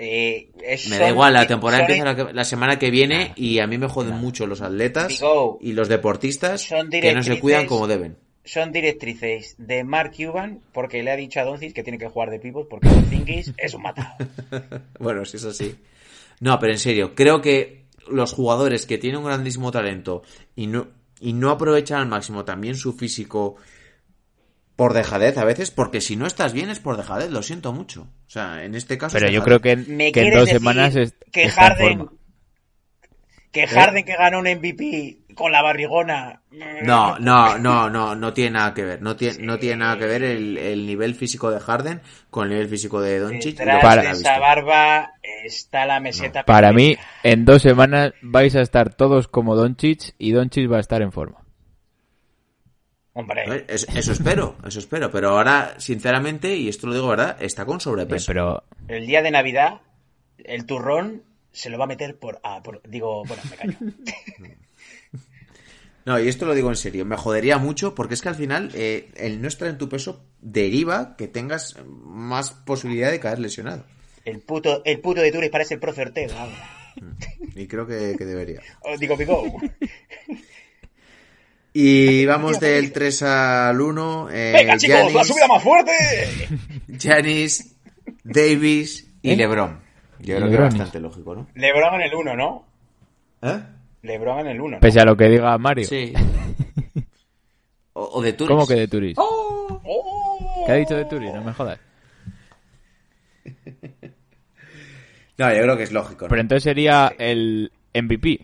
S3: Eh, es-
S2: Me da
S3: son-
S2: igual, la temporada
S3: son-
S2: empieza la, que- la semana que viene y a mí me joden mucho los atletas
S3: Digo,
S2: y los deportistas
S3: son
S2: que no se cuidan
S3: directrices.
S2: como deben.
S3: son directrices de Mark Cuban porque le ha dicho a Doncic que tiene que jugar de pivot porque Doncic es un matado.
S2: Bueno, si es así. No, pero en serio, creo que los jugadores que tienen un grandísimo talento y no, y no aprovechan al máximo también su físico por dejadez a veces, porque si no estás bien es por dejadez, lo siento mucho. O sea, en este caso... es
S4: Pero yo
S2: dejadez.
S4: creo que en,
S3: ¿Me
S4: que en
S3: quieres
S4: dos
S3: decir
S4: semanas es-
S3: que
S4: está en
S3: Harden-
S4: forma.
S2: ¿Eh?
S3: Que Harden que ganó un MVP con la barrigona. mm,
S2: No, no, no, no, no tiene nada que ver. No tiene, no tiene nada que ver el, el nivel físico de Harden con el nivel físico de Doncic. y lo que
S3: Detrás
S2: se
S3: de
S4: Para-
S2: le ha
S3: esa
S2: visto.
S3: barba está la meseta.
S4: Para mí,
S3: perfecta.
S4: en dos semanas vais a estar todos como Doncic y Doncic va a estar en forma.
S3: Hombre,
S2: A ver, es- Eso espero, eso espero. Pero ahora, sinceramente, y esto lo digo verdad, está con
S4: Bien,
S2: sobrepeso.
S4: pero
S3: el día de Navidad, el turrón se lo va a meter por. ah, por- digo, bueno, me callo.
S2: No, y esto lo digo en serio. Me jodería mucho porque es que al final eh, el no estar en tu peso deriva que tengas más posibilidad de caer lesionado.
S3: El puto, el puto de Turis parece el profe Ortega. ahora.
S2: Y creo que, que debería.
S3: Oh, Digo, Pico.
S2: Y vamos del 3 al 1. Eh,
S3: Venga, chicos, la
S2: Giannis.
S3: subida más fuerte.
S2: Janis, Davis y
S4: ¿Eh?
S2: LeBron. Yo creo que es
S4: Lebronis.
S2: bastante lógico, ¿no?
S3: Lebron en el 1, ¿no?
S2: ¿Eh?
S3: LeBron en el 1.
S4: Pese a lo que diga Mario.
S2: Sí. O, o de Turis.
S4: ¿Cómo que de Turis?
S3: ¡Oh!
S4: ¿Qué ha dicho de Turis? No me jodas.
S9: No, yo creo que es lógico. ¿no?
S4: Pero entonces sería el MVP.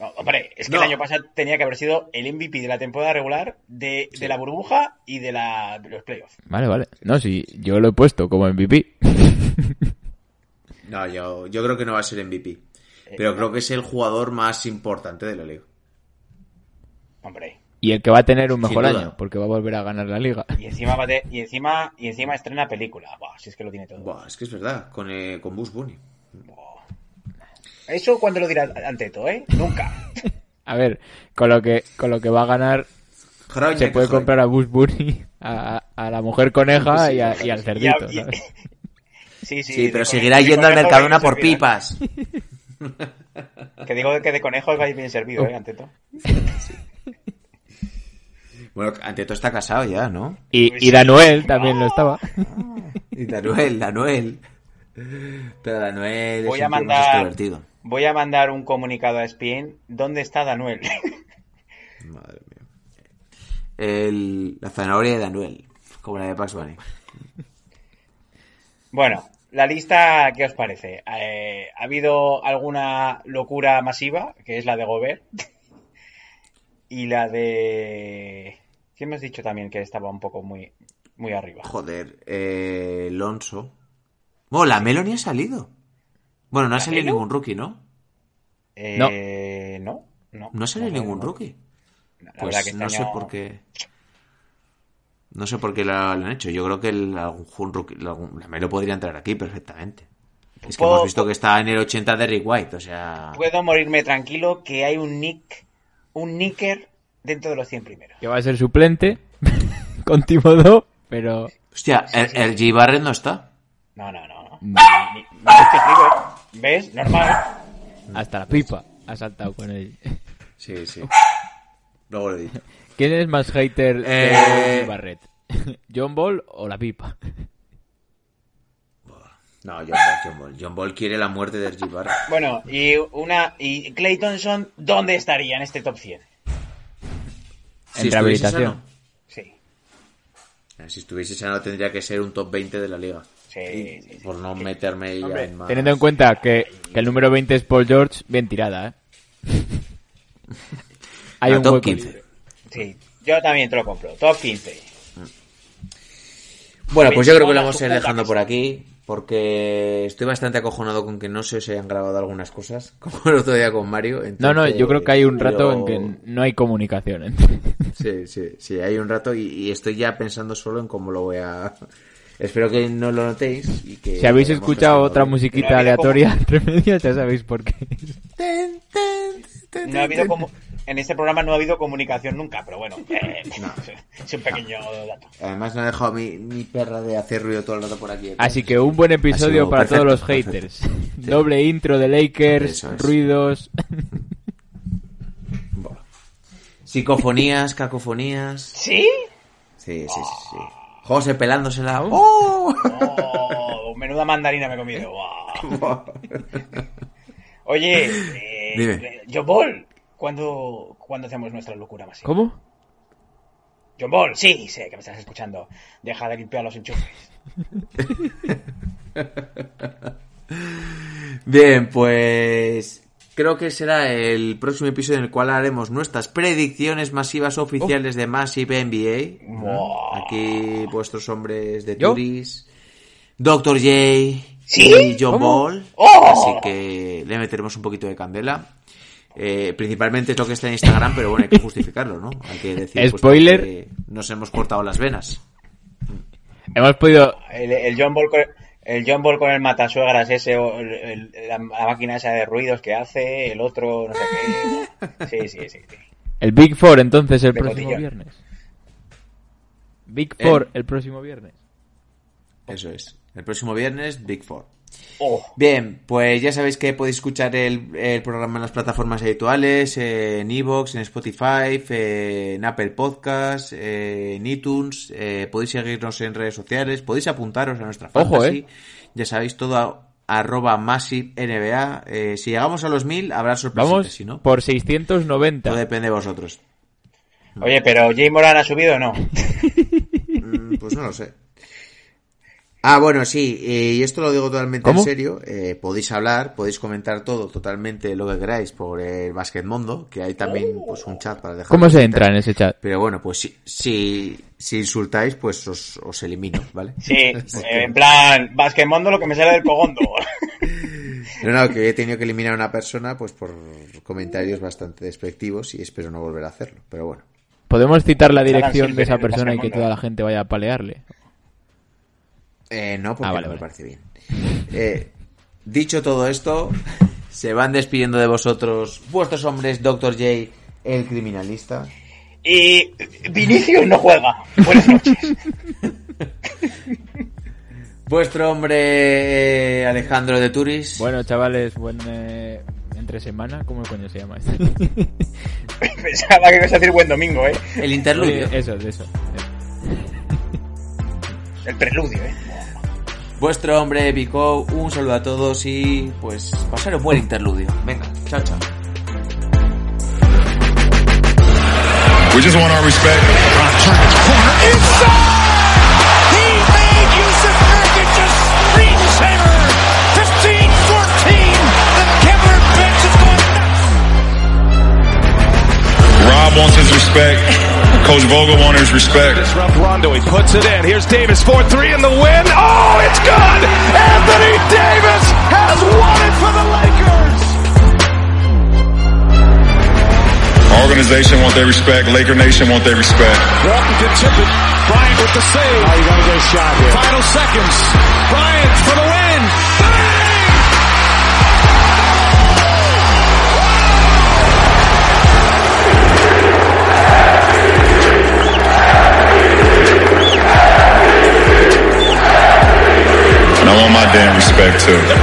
S3: No, hombre, es que
S9: No.
S3: el año pasado tenía que haber sido el MVP de la temporada regular, de, de la burbuja y de, la, de los playoffs.
S4: Vale, vale. No, sí, yo lo he puesto como MVP.
S9: No, yo, yo creo que no va a ser MVP. Pero creo que es el jugador más importante de la liga.
S3: Hombre.
S4: Y el que va a tener un
S9: Sin
S4: mejor
S9: duda.
S4: año, porque va a volver a ganar la liga.
S3: Y encima, va de- y encima, y encima estrena película. Buah, si es que lo tiene todo.
S9: Buah, es que es verdad, con, eh, con Bush Bunny.
S3: Eso cuando lo dirá ante todo, ¿eh? Nunca.
S4: A ver, con lo que, con lo que va a ganar,
S9: Jarabe
S4: se
S9: Ñaca,
S4: puede
S9: jarabe.
S4: comprar a Bush Bunny, a, a la mujer coneja y, a- y al
S3: Ya-
S4: cerdito.
S3: y-
S4: ¿sabes?
S3: sí, sí.
S2: Sí,
S3: de
S2: pero
S3: conejo-
S2: seguirá
S3: de
S2: yendo al
S3: conejo
S2: Mercadona
S3: bien
S2: por
S3: servido, ¿eh?
S2: pipas.
S3: Que digo que de conejos vais bien servido, ¿eh? Ante todo.
S2: Bueno, ante todo está casado ya, ¿no?
S4: Y, y Danuel también lo estaba.
S2: Y Danuel, Danuel. Pero Danuel
S3: Voy
S2: es
S3: a
S2: un tío más
S3: mandar.
S2: extrovertido.
S3: Voy a mandar un comunicado a Spin. ¿Dónde está Danuel?
S9: Madre mía.
S2: El- la zanahoria de Danuel, como la de Pax Bunny.
S3: bueno, la lista, ¿qué os parece? Eh, ¿Ha habido alguna locura masiva? Que es la de Gobert. y la de. ¿Quién me has dicho también que estaba un poco muy, muy arriba?
S2: Joder, eh, Alonso. Bueno, la Melo ni ha salido. Bueno, no ha salido
S3: Melo?
S2: ningún rookie, ¿no?
S3: Eh, no. No,
S2: No ha salido
S3: no,
S2: ningún
S3: no.
S2: rookie.
S3: La
S2: Pues
S3: verdad que este
S2: no sé
S3: año-
S2: por qué. No sé por qué la, la han hecho. Yo creo que el, algún rookie, el- algún- la Melo podría entrar aquí perfectamente. Es que
S3: Puedo-
S2: hemos visto que está en el 80 de Rick White, o sea.
S3: Puedo morirme tranquilo que hay un nick, un nicker dentro de los 100 primeros.
S4: Que va a ser suplente con Timodó, pero
S2: Hostia, el, el G. Barrett no está.
S3: No, no, no. no. Ni- ni- ni este escribo, ¿eh? ¿Ves? Normal.
S4: hasta la pipa ha saltado con él.
S9: Sí, sí. Luego lo he dicho.
S4: ¿Quién es más hater de
S9: Eh.
S4: Barrett? ¿John Ball o la pipa?
S9: No, John Ball, John Ball. John Ball quiere la muerte de RG Barrett.
S3: Bueno, y una y Clay Thompson, ¿dónde estaría en este top 100?
S4: En
S9: estuviese
S4: rehabilitación.
S9: sano.
S3: Sí.
S9: Eh, Si estuviese sano tendría que ser un top 20 de la liga.
S3: Sí,
S9: Y-
S3: sí, sí.
S9: Por no meterme ya en más.
S4: Teniendo en cuenta que, que el número 20 es Paul George, bien tirada, ¿eh? Hay
S2: La
S4: un
S2: Ah, top
S4: hueco.
S2: 15.
S3: Sí. Yo también te lo compro. Top 15.
S2: Bueno, pues yo creo que lo
S3: Venga,
S2: vamos a ir
S3: tu puta
S2: dejando
S3: casa.
S2: por aquí, porque estoy bastante acojonado con que no se os hayan grabado algunas cosas, como el otro día con Mario.
S4: No, no, yo creo que hay un rato en
S2: entonces,
S4: que no hay comunicación. ¿eh? entre-
S2: Sí, sí, sí, hay un rato y, y estoy ya pensando solo en cómo lo voy a... Espero que no lo notéis y que...
S4: Si habéis
S2: podamos
S4: escuchado
S2: gestionarlo
S4: otra
S2: bien.
S3: No
S4: musiquita
S3: ha habido
S4: aleatoria entre medias, ya sabéis por qué.
S3: No ha habido como... En este programa no ha habido comunicación nunca, pero bueno. eh, Es un pequeño dato.
S2: Además no ha dejado mi, mi perra de hacer ruido todo el rato por aquí. eh.
S4: Así que un buen episodio
S2: sido
S4: para
S2: perfecto,
S4: todos los
S2: perfecto.
S4: haters. Doble intro de Lakers,
S2: Eso es.
S4: ruidos.
S2: Psicofonías, cacofonías...
S3: ¿Sí?
S2: Sí, sí, sí, sí. José pelándosela. ¡Oh!
S3: Oh, menuda mandarina me he comido.
S2: Oh.
S3: Guau. Oye, eh,
S2: Dime.
S3: John Ball, ¿cuándo, ¿cuándo hacemos nuestra locura más?
S4: ¿Cómo?
S3: John Ball, sí, sé que me estás escuchando. Deja de limpiar los enchufes.
S2: Bien, pues creo que será el próximo episodio en el cual haremos nuestras predicciones masivas oficiales de Massive NBA.
S3: Buah.
S2: Aquí vuestros hombres de
S4: ¿Yo?
S2: Turis, Dr. J
S3: ¿Sí?
S2: y John
S4: ¿Cómo?
S2: Ball.
S3: ¡Oh!
S2: Así que le meteremos un poquito de candela. Eh, principalmente es lo que está en Instagram, pero bueno, hay que justificarlo, ¿no? Hay que decir pues,
S4: Spoiler.
S2: que nos hemos cortado las venas.
S4: Hemos podido
S3: El, el John Ball con el, John Ball con el matasuegras ese, o el- el- la, la máquina esa de ruidos que hace, el otro, no sé qué. Sí, sí, sí. sí.
S4: el Big Four entonces el
S3: De
S4: próximo
S3: cotillón.
S4: viernes. Big
S2: El-
S4: Four el próximo viernes.
S2: Eso es. El próximo viernes, Big Four.
S3: Oh,
S2: Bien, pues ya sabéis que podéis escuchar el, el programa en las plataformas habituales, eh, en Evox, en Spotify, eh, en Apple Podcasts, eh, en iTunes, eh, podéis seguirnos en redes sociales, podéis apuntaros a nuestra
S4: Ojo,
S2: fantasy,
S4: eh.
S2: ya sabéis todo a, arroba Massive NBA. Eh, si llegamos a los 1000, habrá sorpresas.
S4: Vamos
S2: si no,
S4: por
S2: todo
S4: 690.
S2: depende de vosotros.
S3: Oye, pero Jay Moran ha subido o no.
S2: Mm, Pues no lo sé. Ah, bueno, sí, eh, y esto lo digo totalmente
S4: ¿Cómo?
S2: en serio. eh, podéis hablar, podéis comentar todo, totalmente lo que queráis por el Basket Mundo, que hay también pues un chat para dejar.
S4: ¿Cómo se
S2: comentar.
S4: entra en ese chat?
S2: Pero bueno, pues si, si, si insultáis, pues os, os elimino, ¿vale?
S3: Sí, eh, en plan, Basquemondo lo que me sale del cogondo.
S2: No, no, que he tenido que eliminar a una persona pues por comentarios bastante despectivos y espero no volver a hacerlo. Pero bueno.
S4: ¿Podemos citar la
S3: Alan
S4: dirección
S3: Silver
S4: de esa
S3: en el
S4: persona y que
S3: Basquemundo.
S4: toda la gente vaya a palearle?
S2: Eh, no, porque
S4: Ah,
S2: no
S4: vale, vale.
S2: me parece bien. Eh, dicho todo esto, se van despidiendo de vosotros vuestros hombres, Dr. J, el criminalista.
S3: Y Vinicius no juega. Buenas noches.
S2: Vuestro hombre, eh, Alejandro de Turis.
S4: Bueno, chavales, buen eh, entre semana, ¿cómo coño se llama este? esto?
S3: Pensaba que ibas a decir buen domingo, ¿eh?
S2: el interludio.
S4: eso, de eso.
S3: El preludio, ¿eh?
S2: Vuestro hombre, Vico. Un saludo a todos y pues pasar un buen interludio. Venga, chao, chao.
S1: We just want our respect.
S5: He made Yusuf Nurkic a screensaver. 15-14. The Kepler bench is going nuts.
S1: Rob wants his respect. Coach Vogel wants his respect.
S6: Disrupt Rondo. He puts it in. Here's Davis. 4-3 in the win. Oh, it's good. Anthony Davis has won it for the Lakers.
S1: Our organization want their respect. Laker Nation want their respect.
S6: Walton can tip it. Bryant with the save. Oh, you got to get a shot here. Final seconds. Bryant for the win. Bang!
S1: And I want my damn respect too.